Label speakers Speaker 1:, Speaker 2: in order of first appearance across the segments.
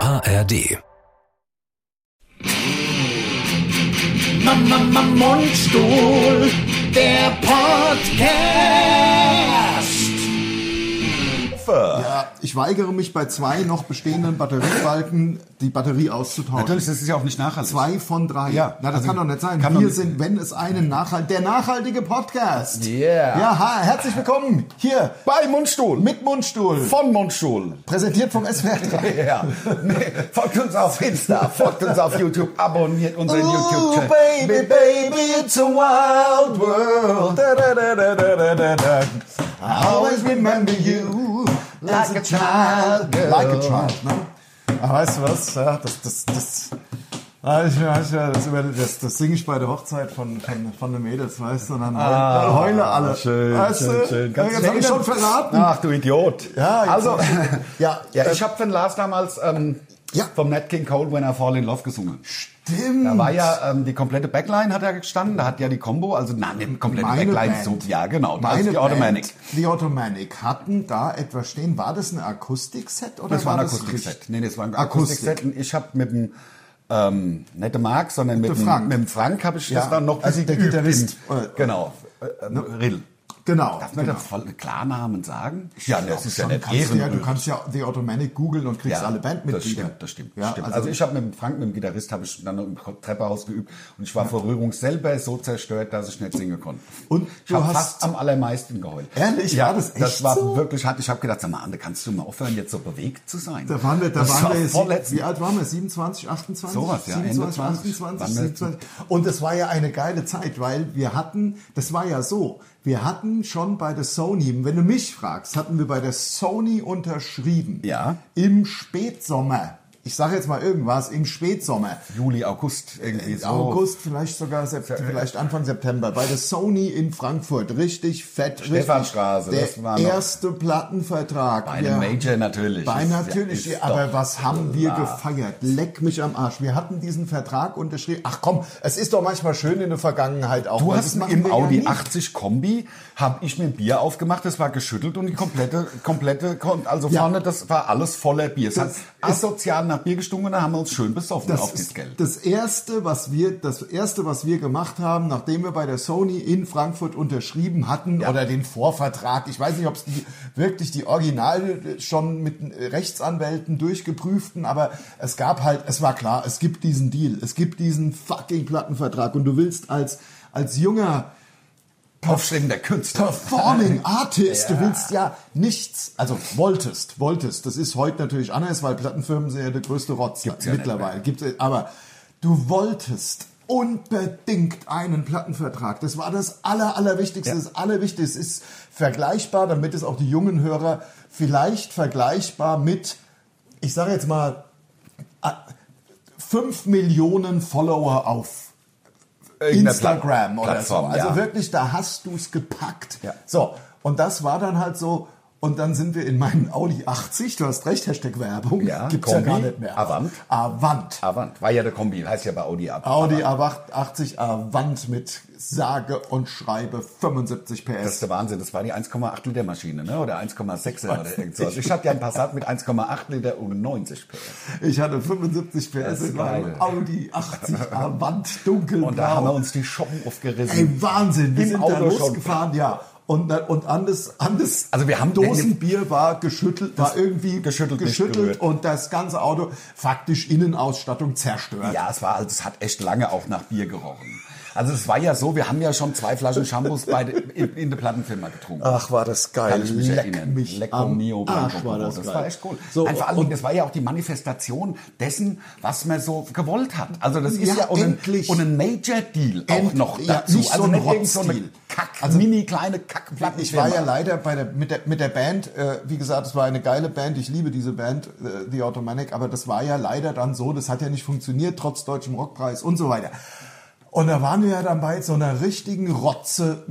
Speaker 1: ARD.
Speaker 2: Mama, Mama, Mundstuhl, der Podcast.
Speaker 3: Ja, Äh, ich weigere mich bei zwei noch bestehenden Batteriebalken die Batterie auszutauschen.
Speaker 4: Natürlich, das ist ja auch nicht nachhaltig.
Speaker 3: Zwei von drei.
Speaker 4: Ja,
Speaker 3: Na, das
Speaker 4: also
Speaker 3: kann doch nicht sein.
Speaker 4: kann doch
Speaker 3: Wir
Speaker 4: nicht-
Speaker 3: sind, wenn es einen nachhalt, der nachhaltige Podcast.
Speaker 4: Yeah.
Speaker 3: Ja, ha, herzlich willkommen hier
Speaker 4: Bei Mundstuhl.
Speaker 3: mit Mundstuhl.
Speaker 4: Von Mundstuhl.
Speaker 3: Präsentiert vom SWR 3.
Speaker 4: Ja. Nee, folgt uns auf Insta, folgt uns auf YouTube, abonniert unseren YouTube-Channel.
Speaker 3: baby, baby, it's a wild world.
Speaker 4: Da, da, da, da, da, da, da.
Speaker 3: I always remember you like a child. Girl. Like a child, ne?
Speaker 4: Ah, weißt du was? Ja, das, das, das.
Speaker 3: Ah, Ich weiß ja, das, über- das, das singe ich bei der Hochzeit von, von, von den Mädels, weißt du, und dann heulen,
Speaker 4: Ah,
Speaker 3: dann heulen alle.
Speaker 4: Schön,
Speaker 3: weißt
Speaker 4: schön,
Speaker 3: du?
Speaker 4: schön.
Speaker 3: Ja,
Speaker 4: Kannst
Speaker 3: Jetzt
Speaker 4: du
Speaker 3: habe ich schon
Speaker 4: erinnern?
Speaker 3: verraten.
Speaker 4: Ach, du Idiot.
Speaker 3: Ja, jetzt-
Speaker 4: also,
Speaker 3: Ja, äh,
Speaker 4: ja, ich habe für den Lars damals ähm,
Speaker 3: Ja.
Speaker 4: vom Nat King Cole When I Fall in Love gesungen.
Speaker 3: Stimmt.
Speaker 4: Da war ja ähm, die komplette Backline hat ja gestanden, da hat ja die Combo, also nein, die komplette
Speaker 3: Meine
Speaker 4: Backline
Speaker 3: Band.
Speaker 4: so, ja genau, da
Speaker 3: Meine
Speaker 4: ist die Automatic.
Speaker 3: Band, die Automatic hatten da etwas stehen. War das ein Akustikset oder
Speaker 4: Das war ein
Speaker 3: richtig?
Speaker 4: Akustikset. Nee, das war ein
Speaker 3: Akustik.
Speaker 4: Akustikset. Und ich habe mit dem, ähm, nicht dem Marc, sondern mit,
Speaker 3: Mit
Speaker 4: dem
Speaker 3: dem Frank.
Speaker 4: mit dem Frank habe ich
Speaker 3: Ja.
Speaker 4: das dann noch
Speaker 3: Also der
Speaker 4: geübt
Speaker 3: Gitarrist.
Speaker 4: in- Genau. Äh, ähm, Rill.
Speaker 3: Genau.
Speaker 4: Darf man
Speaker 3: genau.
Speaker 4: da voll Klarnamen sagen? Ja, nee, das ist ja
Speaker 3: Schon
Speaker 4: nicht
Speaker 3: kannst du ja, du
Speaker 4: ehrenrührig.
Speaker 3: kannst ja The Automatic googeln und kriegst
Speaker 4: Ja,
Speaker 3: alle Bandmitglieder.
Speaker 4: Das stimmt, das stimmt.
Speaker 3: Ja,
Speaker 4: das stimmt.
Speaker 3: Also,
Speaker 4: Also, ich habe mit dem Frank, mit dem Gitarrist, habe ich dann noch im Treppenhaus geübt und ich war vor Rührung selber so zerstört, dass ich nicht singen konnte.
Speaker 3: Und
Speaker 4: ich
Speaker 3: du
Speaker 4: habe
Speaker 3: hast-
Speaker 4: fast am allermeisten geheult.
Speaker 3: Ehrlich?
Speaker 4: Ja,
Speaker 3: War das echt
Speaker 4: das war
Speaker 3: so?
Speaker 4: wirklich hart. Ich habe gedacht, sag mal, Anne, kannst du mal aufhören, jetzt so bewegt zu sein?
Speaker 3: da waren wir, da
Speaker 4: das
Speaker 3: waren
Speaker 4: war
Speaker 3: wir
Speaker 4: vorletzten
Speaker 3: wie alt waren wir? 27, 28?
Speaker 4: Sowas, ja, Ende
Speaker 3: 27, 28,
Speaker 4: 20, waren wir-
Speaker 3: 27. Und es war ja eine geile Zeit, weil wir hatten, das war ja so, wir hatten schon bei der Sony, wenn du mich fragst, hatten wir bei der Sony unterschrieben.
Speaker 4: Ja.
Speaker 3: Im Spätsommer. Ich sage jetzt mal irgendwas, im Spätsommer.
Speaker 4: Juli, August irgendwie so.
Speaker 3: August, vielleicht sogar Sep vielleicht Anfang September, bei der Sony in Frankfurt. Richtig fett.
Speaker 4: Stephanstraße,
Speaker 3: richtig,
Speaker 4: das
Speaker 3: Der
Speaker 4: war noch-
Speaker 3: erste Plattenvertrag.
Speaker 4: Bei einem Major natürlich.
Speaker 3: Bei
Speaker 4: Ist-
Speaker 3: natürlich,
Speaker 4: ist
Speaker 3: aber
Speaker 4: doch
Speaker 3: was haben wir
Speaker 4: klar.
Speaker 3: gefeiert? Leck mich am Arsch. Wir hatten diesen Vertrag unterschrieben. Ach komm, es ist doch manchmal schön in der Vergangenheit auch.
Speaker 4: Du
Speaker 3: weil
Speaker 4: hast
Speaker 3: das machen
Speaker 4: im
Speaker 3: wir ja
Speaker 4: Audi
Speaker 3: nie.
Speaker 4: 80 Kombi, habe ich mir ein Bier aufgemacht, das war geschüttelt und die komplette, komplette, Kon- also
Speaker 3: Ja.
Speaker 4: vorne, das war alles voller Bier. Es
Speaker 3: Das
Speaker 4: hat asozial nach Bier gestunken und dann haben wir uns schön besoffen
Speaker 3: Das
Speaker 4: auf
Speaker 3: ist
Speaker 4: das Geld.
Speaker 3: das erste, was wir, das erste, was wir gemacht haben, nachdem wir bei der Sony in Frankfurt unterschrieben hatten oder den Vorvertrag. Ich weiß nicht, ob es die wirklich die Original schon mit äh, Rechtsanwälten durchgeprüften, aber es gab halt, es war klar, es gibt diesen Deal, es gibt diesen fucking Plattenvertrag und du willst als als junger
Speaker 4: Aufstrebender Künstler.
Speaker 3: Performing Artist, du willst ja nichts, also wolltest, wolltest. Das ist heute natürlich anders, weil Plattenfirmen sind ja der größte Rotz
Speaker 4: ja nicht
Speaker 3: mittlerweile. Gibt's, ja- aber du wolltest unbedingt einen Plattenvertrag. Das war das aller, allerwichtigste,
Speaker 4: Ja.
Speaker 3: das allerwichtigste. Es ist vergleichbar, damit es auch die jungen Hörer vielleicht vergleichbar mit, ich sage jetzt mal, 5 Millionen Follower auf
Speaker 4: Irgendeiner
Speaker 3: Instagram
Speaker 4: Pla-
Speaker 3: oder
Speaker 4: Plattform,
Speaker 3: so. Also
Speaker 4: ja.
Speaker 3: wirklich, da hast du es gepackt.
Speaker 4: Ja.
Speaker 3: So, und das war dann halt so. Und dann sind wir in meinen Audi 80, du hast recht, Hashtag Werbung,
Speaker 4: Ja,
Speaker 3: gibt's
Speaker 4: Kombi,
Speaker 3: ja gar nicht mehr.
Speaker 4: Avant.
Speaker 3: Avant.
Speaker 4: Avant, war ja der Kombi, heißt ja bei Audi ab.
Speaker 3: Audi A80 Avant mit sage und schreibe 75 PS.
Speaker 4: Das ist der Wahnsinn, das war die 1,8 Liter Maschine, ne? Oder 1,6 oder irgend sowas. Ich hatte ja einen Passat mit 1,8 Liter und 90 PS.
Speaker 3: ich hatte 75 PS
Speaker 4: Das
Speaker 3: in
Speaker 4: ist
Speaker 3: meinem
Speaker 4: geil.
Speaker 3: Audi 80 Avant dunkelblau.
Speaker 4: Und da haben wir uns die Schoppen aufgerissen.
Speaker 3: Ey, Wahnsinn, wir
Speaker 4: Im
Speaker 3: sind da
Speaker 4: Auto schon.
Speaker 3: losgefahren, ja. Und, und Andes, Andes
Speaker 4: Also wir haben-
Speaker 3: Dosenbier war geschüttelt, war irgendwie
Speaker 4: geschüttelt, nicht
Speaker 3: geschüttelt
Speaker 4: gerührt.
Speaker 3: und das ganze Auto faktisch Innenausstattung zerstört.
Speaker 4: Ja, es war, also es hat echt lange auch nach Bier gerochen. Also es war ja so, wir haben ja schon zwei Flaschen Shampoos bei, de- in, in der Plattenfirma getrunken.
Speaker 3: Ach, war das geil.
Speaker 4: Kann ich mich
Speaker 3: Leck
Speaker 4: erinnern.
Speaker 3: mich
Speaker 4: Lecco
Speaker 3: am
Speaker 4: Mio Blanco
Speaker 3: Arsch war
Speaker 4: Puro.
Speaker 3: das
Speaker 4: das
Speaker 3: geil.
Speaker 4: war echt cool.
Speaker 3: So,
Speaker 4: Nein, vor allen
Speaker 3: und-
Speaker 4: Dingen, das war ja auch die Manifestation dessen, was man so gewollt hat. Also das ist
Speaker 3: Ja,
Speaker 4: ja, und,
Speaker 3: endlich.
Speaker 4: ein, und ein Major Deal auch
Speaker 3: End-
Speaker 4: noch
Speaker 3: ja,
Speaker 4: dazu.
Speaker 3: nicht so
Speaker 4: also
Speaker 3: ein
Speaker 4: irgend so eine
Speaker 3: Rotzdeal.
Speaker 4: Kack,
Speaker 3: Also-
Speaker 4: mini kleine Kackplatte.
Speaker 3: Ich war ja leider bei der, mit, der, mit der Band, äh, wie gesagt, es war eine geile Band, ich liebe diese Band, äh, The Automatic, aber das war ja leider dann so, das hat ja nicht funktioniert, trotz deutschem Rockpreis und so weiter. Und da waren wir ja dann bei so einer richtigen Rotze,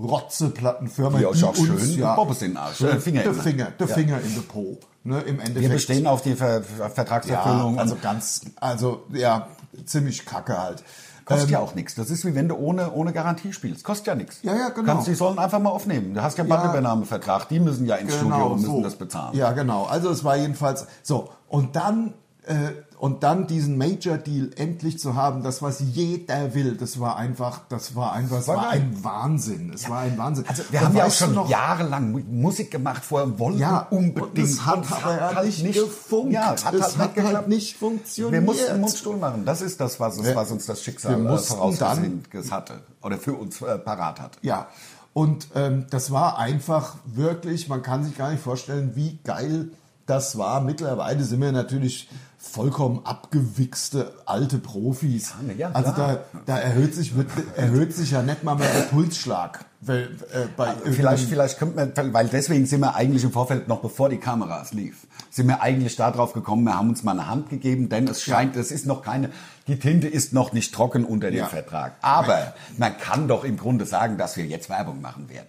Speaker 3: Mini-Rotze-Plattenfirma.
Speaker 4: Die ist auch schön,
Speaker 3: uns
Speaker 4: die Bobbes in den Arsch, äh, Finger
Speaker 3: der
Speaker 4: in den-
Speaker 3: Finger, der
Speaker 4: Ja.
Speaker 3: Finger in the Po, ne, im Endeffekt.
Speaker 4: Wir bestehen auf die Ver
Speaker 3: ja,
Speaker 4: Vertragserfüllung.
Speaker 3: also
Speaker 4: und-
Speaker 3: ganz, also ja, ziemlich kacke halt.
Speaker 4: Kostet ja auch nichts. Das ist wie wenn du ohne, ohne Garantie spielst. Kostet ja nichts.
Speaker 3: Ja, ja, genau.
Speaker 4: Kannst, die sollen einfach mal aufnehmen. Du hast ja einen
Speaker 3: Ja. Genau
Speaker 4: Bandübernahmevertrag. Die müssen ja ins Studio und müssen das bezahlen.
Speaker 3: Ja, genau. Also es war jedenfalls so. Und dann äh, Äh, und dann diesen Major Deal endlich zu haben, das was jeder will, das war einfach, das war einfach, das
Speaker 4: War
Speaker 3: war
Speaker 4: geil.
Speaker 3: ein Wahnsinn. Es war ein Wahnsinn.
Speaker 4: Also wir
Speaker 3: Und
Speaker 4: haben ja auch
Speaker 3: weißt du
Speaker 4: schon jahrelang Mu- Musik gemacht vorher, wollten
Speaker 3: ja,
Speaker 4: unbedingt.
Speaker 3: und Das hat,
Speaker 4: und es
Speaker 3: aber ja
Speaker 4: halt
Speaker 3: nicht gefunkt.
Speaker 4: Ja, es hat
Speaker 3: es
Speaker 4: halt nicht geklappt.
Speaker 3: nicht
Speaker 4: wir
Speaker 3: funktioniert.
Speaker 4: mussten einen Mundstuhl machen. Das ist das, was,
Speaker 3: Wir-
Speaker 4: es, was uns das
Speaker 3: wir
Speaker 4: Schicksal äh,
Speaker 3: mussten
Speaker 4: vorausgesehen ges- hatte. Oder für uns äh, parat hatte.
Speaker 3: Ja, und ähm, das war einfach wirklich, man kann sich gar nicht vorstellen, wie geil das war. Mittlerweile sind wir natürlich vollkommen abgewichste alte Profis.
Speaker 4: Ja, ja,
Speaker 3: also da,
Speaker 4: klar.
Speaker 3: da erhöht, sich, wird, erhöht sich ja nicht mal mehr der Pulsschlag. Weil, äh, bei
Speaker 4: Ah, Vielleicht, vielleicht könnte man, weil deswegen sind wir eigentlich im Vorfeld, noch bevor die Kameras lief, sind wir eigentlich darauf gekommen, wir haben uns mal eine Hand gegeben, denn es scheint, es ist noch keine, die Tinte ist noch nicht trocken unter dem
Speaker 3: Ja.
Speaker 4: Vertrag. Aber man kann doch im Grunde sagen, dass wir jetzt Werbung machen werden.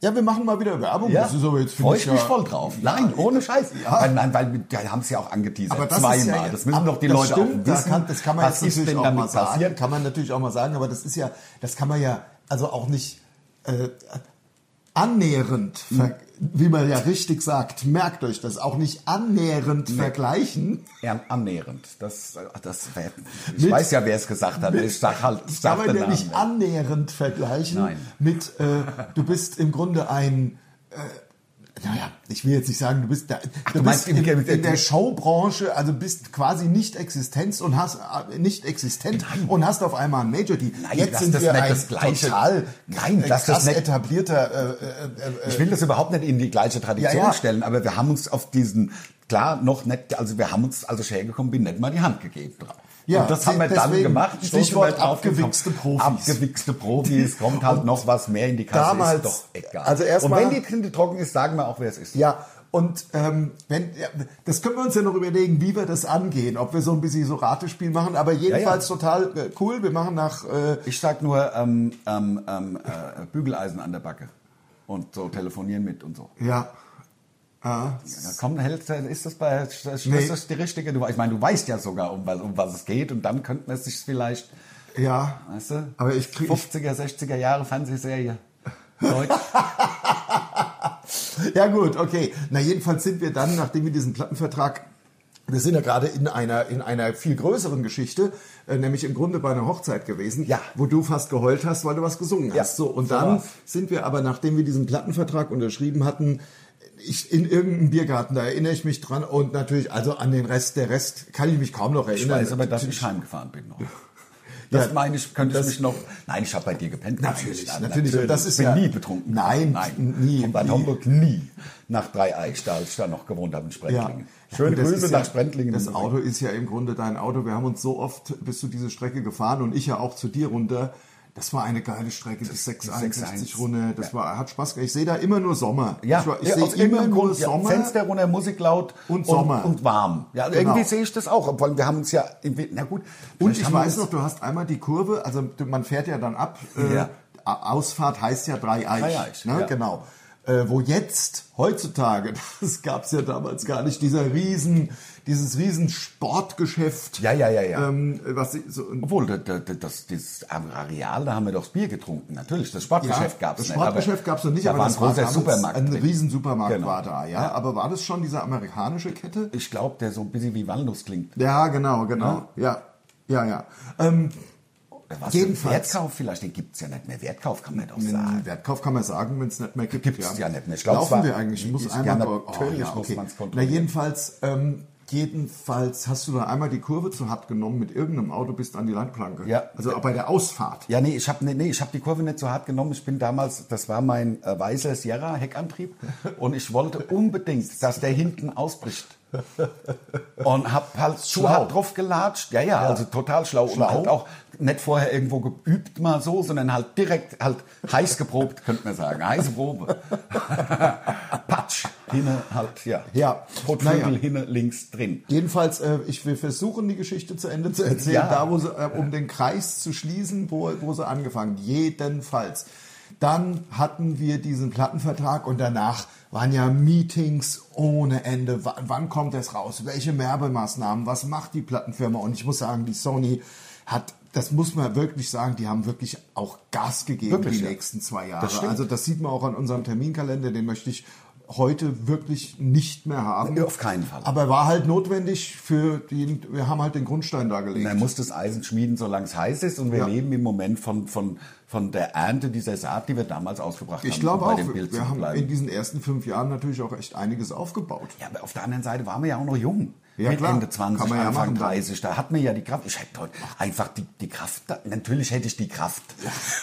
Speaker 3: Ja, wir machen mal wieder Werbung.
Speaker 4: Ja,
Speaker 3: Das ist aber jetzt finde
Speaker 4: freue ich
Speaker 3: ja-
Speaker 4: mich voll drauf. Nein, ohne Scheiß.
Speaker 3: Ja.
Speaker 4: Weil, nein, weil wir haben es ja auch angeteasert.
Speaker 3: Aber das
Speaker 4: Zweimal.
Speaker 3: Ist ja,
Speaker 4: das müssen doch die
Speaker 3: das
Speaker 4: Leute
Speaker 3: stimmt,
Speaker 4: auch
Speaker 3: da
Speaker 4: wissen.
Speaker 3: Kann, das kann man
Speaker 4: was
Speaker 3: jetzt
Speaker 4: ist
Speaker 3: natürlich
Speaker 4: denn
Speaker 3: auch mal
Speaker 4: damit
Speaker 3: sagen.
Speaker 4: passiert?
Speaker 3: Kann man natürlich auch mal sagen, aber das ist ja, das kann man ja, also auch nicht äh, annähernd,
Speaker 4: Hm.
Speaker 3: ver- wie man ja richtig sagt, merkt euch das, auch nicht annähernd vergleichen.
Speaker 4: Ja, annähernd. Das, das, wär- ich
Speaker 3: Mit-
Speaker 4: weiß ja, wer es gesagt hat. ich sag halt, ich
Speaker 3: Kann
Speaker 4: sag
Speaker 3: man
Speaker 4: den
Speaker 3: ja
Speaker 4: Namen
Speaker 3: nicht
Speaker 4: nicht.
Speaker 3: annähernd vergleichen
Speaker 4: Nein.
Speaker 3: mit, äh, du bist im Grunde ein, äh, naja, ich will jetzt nicht sagen, du bist, da, du
Speaker 4: meinst
Speaker 3: bist in,
Speaker 4: im-
Speaker 3: in,
Speaker 4: im-
Speaker 3: der Showbranche, also bist quasi nicht existent und hast äh, nicht existent und hast auf einmal einen Major Deal.
Speaker 4: Nein,
Speaker 3: jetzt
Speaker 4: das
Speaker 3: sind
Speaker 4: ist
Speaker 3: wir
Speaker 4: nicht
Speaker 3: ein
Speaker 4: das Gleiche.
Speaker 3: total
Speaker 4: Nein,
Speaker 3: äh,
Speaker 4: das ist
Speaker 3: krass
Speaker 4: nicht-
Speaker 3: etablierter äh, äh, äh,
Speaker 4: Ich will das überhaupt nicht in die gleiche Tradition
Speaker 3: Ja, ja.
Speaker 4: stellen, aber wir haben uns auf diesen, klar, noch nicht, also wir haben uns, als ich hergekommen bin, nicht mal die Hand gegeben drauf.
Speaker 3: Ja,
Speaker 4: und das haben wir dann
Speaker 3: deswegen
Speaker 4: gemacht. so sind wir
Speaker 3: Stichwort
Speaker 4: drauf gekommen.
Speaker 3: abgewichste Profis.
Speaker 4: Abgewichste Profis, kommt halt noch was mehr in die Kasse,
Speaker 3: damals-
Speaker 4: ist doch egal.
Speaker 3: also erst
Speaker 4: und
Speaker 3: mal-
Speaker 4: wenn die Tinte trocken ist, sagen wir auch, wer es ist.
Speaker 3: Ja, und ähm, wenn, ja, das können wir uns ja noch überlegen, wie wir das angehen, ob wir so ein bisschen so Ratespiel machen, aber jedenfalls total äh, cool. Wir machen nach äh,
Speaker 4: Ich sag nur ähm, ähm, ähm, äh, Bügeleisen an der Backe und so telefonieren mit und so.
Speaker 3: ja. Ah,
Speaker 4: Ja, komm, hältst du- ist das bei ist das
Speaker 3: Nee.
Speaker 4: die richtige? Du- Ich meine, du weißt ja sogar, um was, um was es geht und dann könnten wir es sich vielleicht,
Speaker 3: ja.
Speaker 4: weißt du,
Speaker 3: Aber ich krieg-
Speaker 4: 50er, 60er Jahre Fernsehserie. Deutsch.
Speaker 3: Ja gut, okay. Na jedenfalls sind wir dann, nachdem wir diesen Plattenvertrag, wir sind ja gerade in einer in einer viel größeren Geschichte, äh, nämlich im Grunde bei einer Hochzeit gewesen,
Speaker 4: Ja.
Speaker 3: wo du fast geheult hast, weil du was gesungen hast.
Speaker 4: Ja,
Speaker 3: so und
Speaker 4: so
Speaker 3: dann
Speaker 4: war's.
Speaker 3: sind wir aber, nachdem wir diesen Plattenvertrag unterschrieben hatten, ich, in irgendeinem Biergarten, da erinnere ich mich dran und natürlich, also an den Rest, der Rest kann ich mich kaum noch
Speaker 4: Ich
Speaker 3: erinnern.
Speaker 4: weiß aber, dass ich heimgefahren bin noch.
Speaker 3: Ja,
Speaker 4: Das meine ich, könnte
Speaker 3: das-
Speaker 4: ich mich noch. Nein, ich habe bei dir gepennt.
Speaker 3: Natürlich,
Speaker 4: Nein,
Speaker 3: natürlich. Und das ist
Speaker 4: ich bin
Speaker 3: ja-
Speaker 4: nie betrunken.
Speaker 3: Nein,
Speaker 4: nein,
Speaker 3: nie,
Speaker 4: Und bei
Speaker 3: nie.
Speaker 4: Homburg nie. Nach Dreieich, da als ich da noch gewohnt habe in Sprendlingen. Schöne
Speaker 3: das
Speaker 4: Grüße
Speaker 3: ist
Speaker 4: nach
Speaker 3: ja,
Speaker 4: Sprendlingen.
Speaker 3: Das Auto ist ja im Grunde dein Auto. Wir haben uns so oft bis zu diese Strecke gefahren und ich ja auch zu dir runter. Das war eine geile Strecke, die 661
Speaker 4: 661.
Speaker 3: Runde. Das war, hat Spaß gemacht. Ich sehe da immer nur Sommer.
Speaker 4: Ja,
Speaker 3: ich, war- ich
Speaker 4: ja, aus
Speaker 3: sehe immer
Speaker 4: irgendeinem
Speaker 3: nur
Speaker 4: Grund, ja,
Speaker 3: Sommer.
Speaker 4: Fenster runter, Musik laut
Speaker 3: Und Sommer.
Speaker 4: Und, warm. Ja,
Speaker 3: Genau.
Speaker 4: irgendwie sehe ich das auch, obwohl wir haben uns ja, irgendwie- na gut.
Speaker 3: und
Speaker 4: vielleicht
Speaker 3: ich
Speaker 4: haben wir
Speaker 3: weiß
Speaker 4: uns-
Speaker 3: noch, du hast einmal die Kurve, also du- man fährt ja dann ab. äh,
Speaker 4: Ja.
Speaker 3: A- Ausfahrt heißt ja Dreieich.
Speaker 4: Dreieich,
Speaker 3: ne?
Speaker 4: ja.
Speaker 3: Genau. Äh, wo jetzt, heutzutage, das gab es ja damals gar nicht, dieser riesen, dieses riesen Sportgeschäft.
Speaker 4: Ja, ja, ja, ja.
Speaker 3: Ähm, was, sie- so,
Speaker 4: Obwohl, da- da- da- das, dieses Areal, da haben wir doch das Bier getrunken. Natürlich, das Sportgeschäft gab
Speaker 3: Das
Speaker 4: es nicht.
Speaker 3: Sportgeschäft gab es noch nicht,
Speaker 4: da
Speaker 3: aber
Speaker 4: war ein
Speaker 3: das war
Speaker 4: großer
Speaker 3: damals
Speaker 4: Supermarkt.
Speaker 3: Ein
Speaker 4: drin.
Speaker 3: riesen Supermarkt
Speaker 4: Genau.
Speaker 3: war da, ja. Aber war das schon diese amerikanische Kette?
Speaker 4: Ich glaube, der so ein bisschen wie Walnuss klingt.
Speaker 3: Ja, genau, genau. Ja, ja, ja. Ähm,
Speaker 4: Was
Speaker 3: Jedenfalls.
Speaker 4: Wertkauf vielleicht, den gibt es ja nicht mehr. Wertkauf kann man doch sagen.
Speaker 3: einen Wertkauf kann man sagen, wenn es nicht mehr gibt.
Speaker 4: Gibt's ja nicht mehr. Ich glaub, es
Speaker 3: Laufen
Speaker 4: war-
Speaker 3: wir eigentlich? Ich muss
Speaker 4: Ja,
Speaker 3: einmal. oh,
Speaker 4: natürlich muss
Speaker 3: okay.
Speaker 4: man's
Speaker 3: Na
Speaker 4: kontrollieren.
Speaker 3: jedenfalls, ähm, jedenfalls hast du da einmal die Kurve zu hart genommen mit irgendeinem Auto bist an die Landplanke.
Speaker 4: Ja.
Speaker 3: Also auch bei der Ausfahrt.
Speaker 4: Ja, nee, ich habe nee, nee, ich hab die Kurve nicht so hart genommen. Ich bin damals, das war mein äh, weißer Sierra Heckantrieb und ich wollte unbedingt, dass der hinten ausbricht. Und hab halt zu
Speaker 3: Schlau.
Speaker 4: hart drauf gelatscht. Ja, ja, also total schlau.
Speaker 3: Schlau.
Speaker 4: Und halt auch nicht vorher irgendwo geübt mal so, sondern halt direkt halt heiß geprobt, könnte man sagen. Heiße Probe. Patsch. Hinne halt, ja.
Speaker 3: Ja.
Speaker 4: Kotflügel
Speaker 3: Naja.
Speaker 4: hinne links drin.
Speaker 3: Jedenfalls, äh, ich will versuchen, die Geschichte zu Ende zu erzählen,
Speaker 4: Ja.
Speaker 3: da wo sie, äh, um den Kreis zu schließen, wo, wo sie angefangen. Jedenfalls. Dann hatten wir diesen Plattenvertrag und danach waren ja Meetings ohne Ende. W wann kommt das raus? Welche Werbemaßnahmen? Was macht die Plattenfirma? Und ich muss sagen, die Sony hat, das muss man wirklich sagen, die haben wirklich auch Gas gegeben
Speaker 4: Wirklich,
Speaker 3: die
Speaker 4: ja.
Speaker 3: nächsten zwei Jahre.
Speaker 4: stimmt.
Speaker 3: also das sieht man auch an unserem Terminkalender, den möchte ich heute wirklich nicht mehr haben.
Speaker 4: Auf keinen Fall.
Speaker 3: Aber war halt notwendig für die, wir haben halt den Grundstein da gelegt.
Speaker 4: Man muss das Eisen schmieden, solange es heiß ist. Und wir
Speaker 3: Ja.
Speaker 4: leben im Moment von, von, von der Ernte dieser Saat, die wir damals ausgebracht haben.
Speaker 3: ich glaube
Speaker 4: um bei
Speaker 3: auch,
Speaker 4: dem Bild
Speaker 3: wir
Speaker 4: zu
Speaker 3: haben
Speaker 4: bleiben.
Speaker 3: in diesen ersten fünf Jahren natürlich auch echt einiges aufgebaut.
Speaker 4: Ja, aber auf der anderen Seite waren wir ja auch noch jung.
Speaker 3: Ja,
Speaker 4: Mit
Speaker 3: klar.
Speaker 4: Ende 20,
Speaker 3: Kann man ja
Speaker 4: Anfang
Speaker 3: machen dann.
Speaker 4: 30, da hat man ja die Kraft. Ich hätte heute einfach die, die Kraft, da, natürlich hätte ich die Kraft.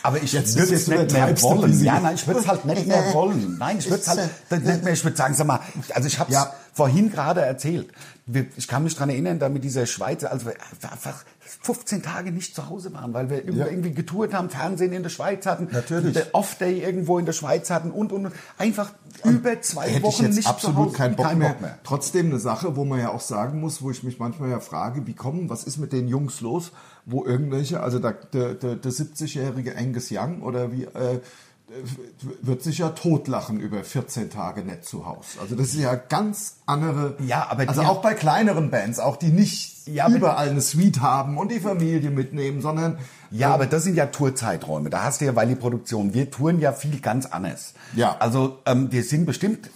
Speaker 4: Aber ich
Speaker 3: Jetzt-
Speaker 4: würde
Speaker 3: jetzt
Speaker 4: es nicht mehr
Speaker 3: übertreibst du
Speaker 4: wollen.
Speaker 3: diese-
Speaker 4: Ja, nein, ich würde es halt nicht mehr wollen. Nein, ich würde es halt nicht mehr, ich würde sagen, sag mal, also ich habe es
Speaker 3: Ja.
Speaker 4: vorhin gerade erzählt. Wir- Ich kann mich dran erinnern, da mit dieser Schweizer, als wir einfach 15 Tage nicht zu Hause waren, weil wir
Speaker 3: Ja.
Speaker 4: irgendwie getourt haben, Fernsehen in der Schweiz hatten,
Speaker 3: Natürlich.
Speaker 4: der Off-Day irgendwo in der Schweiz hatten und, und, und. einfach über zwei
Speaker 3: hätte
Speaker 4: Wochen
Speaker 3: ich jetzt
Speaker 4: nicht zu
Speaker 3: absolut
Speaker 4: Hause.
Speaker 3: keinen Bock, mehr. Trotzdem eine Sache, wo man ja auch sagen muss, wo ich mich manchmal ja frage, wie kommen, was ist mit den Jungs los, wo irgendwelche, also der, der, der, der 70-jährige Angus Young oder wie, äh, wird sich ja totlachen über 14 Tage nicht zu Hause. Also das ist ja ganz andere.
Speaker 4: Ja, aber die
Speaker 3: also
Speaker 4: haben-
Speaker 3: auch bei kleineren Bands, auch die nicht
Speaker 4: Ja, aber-
Speaker 3: überall eine Suite haben und die Familie mitnehmen, sondern
Speaker 4: Ja, aber das sind ja Tourzeiträume. Da hast du ja, weil die Produktion, wir touren ja viel ganz anders.
Speaker 3: Ja.
Speaker 4: Also ähm, wir sind bestimmt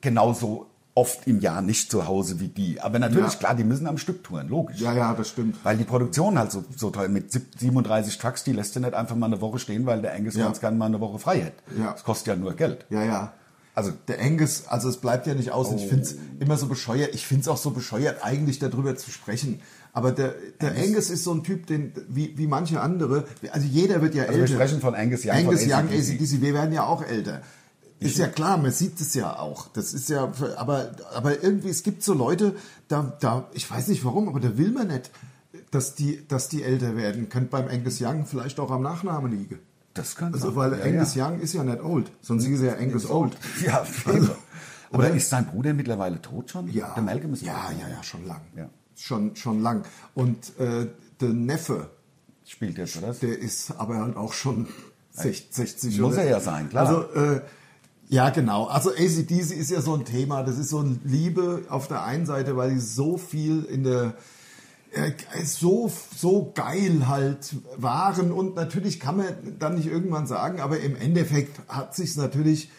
Speaker 4: genauso oft im Jahr nicht zu Hause wie die. Aber natürlich,
Speaker 3: Ja.
Speaker 4: klar, die müssen am Stück touren, logisch.
Speaker 3: ja, ja, das stimmt.
Speaker 4: Weil die Produktion halt so, so teuer mit sieb- 37 Trucks, die lässt du nicht einfach mal eine Woche stehen, weil der Angus
Speaker 3: Ja.
Speaker 4: ganz gerne mal eine Woche frei hat.
Speaker 3: Ja.
Speaker 4: Das kostet ja nur Geld.
Speaker 3: Ja, ja.
Speaker 4: Also- Oh.
Speaker 3: der Angus, also es bleibt ja nicht aus. Und ich finde es immer so bescheuert. Ich finde es auch so bescheuert, eigentlich darüber zu sprechen. Aber der, der Angus. ist so ein Typ, den, wie, wie manche andere, also jeder wird ja
Speaker 4: wir
Speaker 3: älter.
Speaker 4: sprechen von Angus Young, von
Speaker 3: Angus Young,
Speaker 4: AC/DC.
Speaker 3: ACDC, wir werden ja auch älter. Ist ja klar, man sieht es ja auch. Das ist ja, aber, aber irgendwie, es gibt so Leute, da, da, ich weiß nicht warum, aber da will man nicht, dass die, dass die älter werden. Könnte beim Angus Young vielleicht auch am Nachnamen liegen.
Speaker 4: Das kann
Speaker 3: Also,
Speaker 4: sein.
Speaker 3: weil
Speaker 4: Ja,
Speaker 3: Angus
Speaker 4: ja.
Speaker 3: Young ist ja nicht old, sonst hieß er ja Angus Old.
Speaker 4: Ja, also, Oder ist sein Bruder mittlerweile tot schon?
Speaker 3: Ja,
Speaker 4: Der Malcolm ist
Speaker 3: ja,
Speaker 4: tot.
Speaker 3: ja, ja, schon lang.
Speaker 4: Ja.
Speaker 3: Schon, schon lang. Und äh, der Neffe,
Speaker 4: Spielt jetzt, oder?
Speaker 3: der ist aber halt auch schon 60. 60
Speaker 4: Muss
Speaker 3: oder-
Speaker 4: er ja sein, klar.
Speaker 3: Also, äh, ja, genau. Also ACDC ist ja so ein Thema. Das ist so ein Liebe auf der einen Seite, weil die so viel in der äh, so, so geil halt waren und natürlich kann man dann nicht irgendwann sagen, aber im Endeffekt hat sich natürlich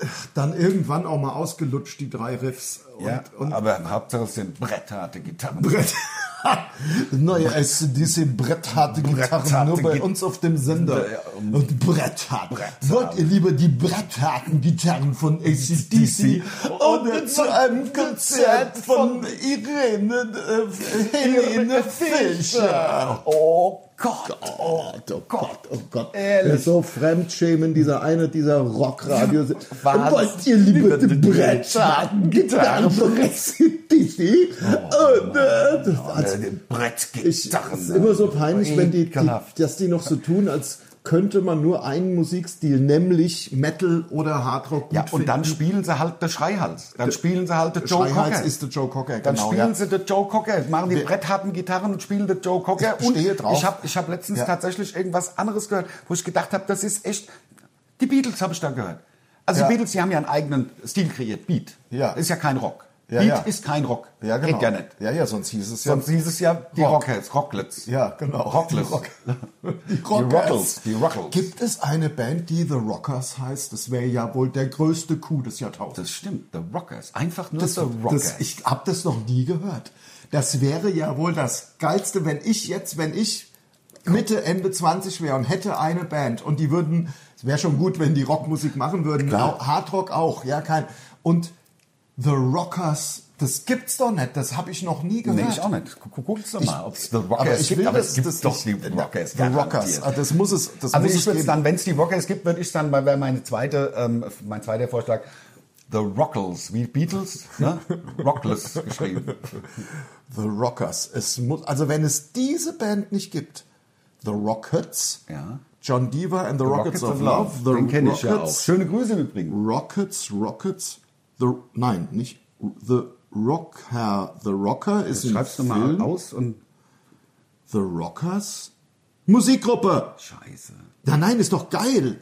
Speaker 3: äh, dann irgendwann auch mal ausgelutscht, die drei Riffs. Und,
Speaker 4: ja,
Speaker 3: und
Speaker 4: aber Hauptsache es sind brettharte Gitarren.
Speaker 3: Brett. Neue SDC brettharte Gitarren
Speaker 4: Brettharte
Speaker 3: nur bei
Speaker 4: Git-
Speaker 3: uns auf dem Sender.
Speaker 4: Ja, um-
Speaker 3: Und bretthart.
Speaker 4: Bretthart.
Speaker 3: Wollt ihr lieber die bretharten Gitarren von ACDC oder zu einem Konzert von Irene, äh, Helene Fischer?
Speaker 4: Oh Gott, oh
Speaker 3: oh Gott, oh Gott.
Speaker 4: Ehrlich.
Speaker 3: Der ist so fremdschämen, dieser eine dieser Rockradio.
Speaker 4: Was?
Speaker 3: Wollt ihr lieber die bretharten Gitarren von ACDC? Und, äh, also,
Speaker 4: Äh,
Speaker 3: ich,
Speaker 4: Brettgitarren.
Speaker 3: es ist immer so peinlich, wenn die, die,
Speaker 4: Ekelhaft.
Speaker 3: dass die noch so tun, als könnte man nur einen Musikstil, nämlich Metal oder Hardrock gut
Speaker 4: ja, und dann
Speaker 3: finden.
Speaker 4: spielen sie halt den Schreihals. Dann spielen sie halt den Joe
Speaker 3: Schreihals
Speaker 4: Cocker.
Speaker 3: ist der Joe Cocker,
Speaker 4: dann
Speaker 3: genau.
Speaker 4: spielen
Speaker 3: ja.
Speaker 4: sie den Joe Cocker, machen die brettharten Gitarren und spielen den Joe Cocker.
Speaker 3: Ich stehe drauf.
Speaker 4: Ich habe ich hab letztens
Speaker 3: Ja.
Speaker 4: tatsächlich irgendwas anderes gehört, wo ich gedacht habe, das ist echt. Die Beatles habe ich da gehört. Also
Speaker 3: Ja.
Speaker 4: die Beatles, die haben ja einen eigenen Stil kreiert. Beat.
Speaker 3: Ja.
Speaker 4: Ist ja kein Rock.
Speaker 3: Ja,
Speaker 4: Beat
Speaker 3: ja.
Speaker 4: ist kein Rock.
Speaker 3: Ja, genau.
Speaker 4: Geht ja nicht.
Speaker 3: Ja, ja, sonst hieß es ja.
Speaker 4: Sonst hieß es ja die
Speaker 3: Rock.
Speaker 4: Rockheads, Rocklets.
Speaker 3: ja, genau.
Speaker 4: Rocklets.
Speaker 3: Die, Rock die
Speaker 4: Rockles,
Speaker 3: Rockers.
Speaker 4: die Rockles.
Speaker 3: Gibt es eine Band, die The Rockers heißt? Das wäre ja wohl der größte Coup des Jahrtausends.
Speaker 4: Das stimmt, The Rockers. Einfach nur
Speaker 3: Das,
Speaker 4: The Rockers.
Speaker 3: das, ich habe das noch nie gehört. Das wäre ja wohl das Geilste, wenn ich jetzt, wenn ich Mitte, Ende 20 wäre und hätte eine Band und die würden, es wäre schon gut, wenn die Rockmusik machen würden,
Speaker 4: Klar.
Speaker 3: Au- Hardrock auch, ja, kein. Und The Rockers, das gibt's doch nicht, das habe ich noch nie gehört.
Speaker 4: Nee, ich auch nicht. Gu- gu- Guck's doch mal, ob es The Rockers
Speaker 3: aber ich
Speaker 4: gibt,
Speaker 3: will,
Speaker 4: aber
Speaker 3: dass
Speaker 4: es gibt
Speaker 3: das
Speaker 4: doch die
Speaker 3: nicht-
Speaker 4: Rockers.
Speaker 3: The Rockers,
Speaker 4: garantiert.
Speaker 3: ah, das muss es, das
Speaker 4: also
Speaker 3: muss
Speaker 4: ich
Speaker 3: es
Speaker 4: würde
Speaker 3: geben.
Speaker 4: dann, wenn es die Rockers gibt, würde ich dann, weil wäre meine zweite, ähm, mein zweiter Vorschlag, The Rockles, wie Beatles, ne? Rockless geschrieben.
Speaker 3: The Rockers. Es muss, also wenn es diese Band nicht gibt, The Rockets,
Speaker 4: Ja.
Speaker 3: John Diva and the, Rockets, of Love, The
Speaker 4: Den kenne ich ja auch.
Speaker 3: Rockets,
Speaker 4: Schöne Grüße im Übrigen.
Speaker 3: Rockets, Rockets, the, nein, nicht The Rocker, The Rocker ist ein
Speaker 4: Schreibst du
Speaker 3: Film.
Speaker 4: mal aus und...
Speaker 3: The Rockers? Musikgruppe!
Speaker 4: Scheiße.
Speaker 3: Ja, nein, ist doch geil.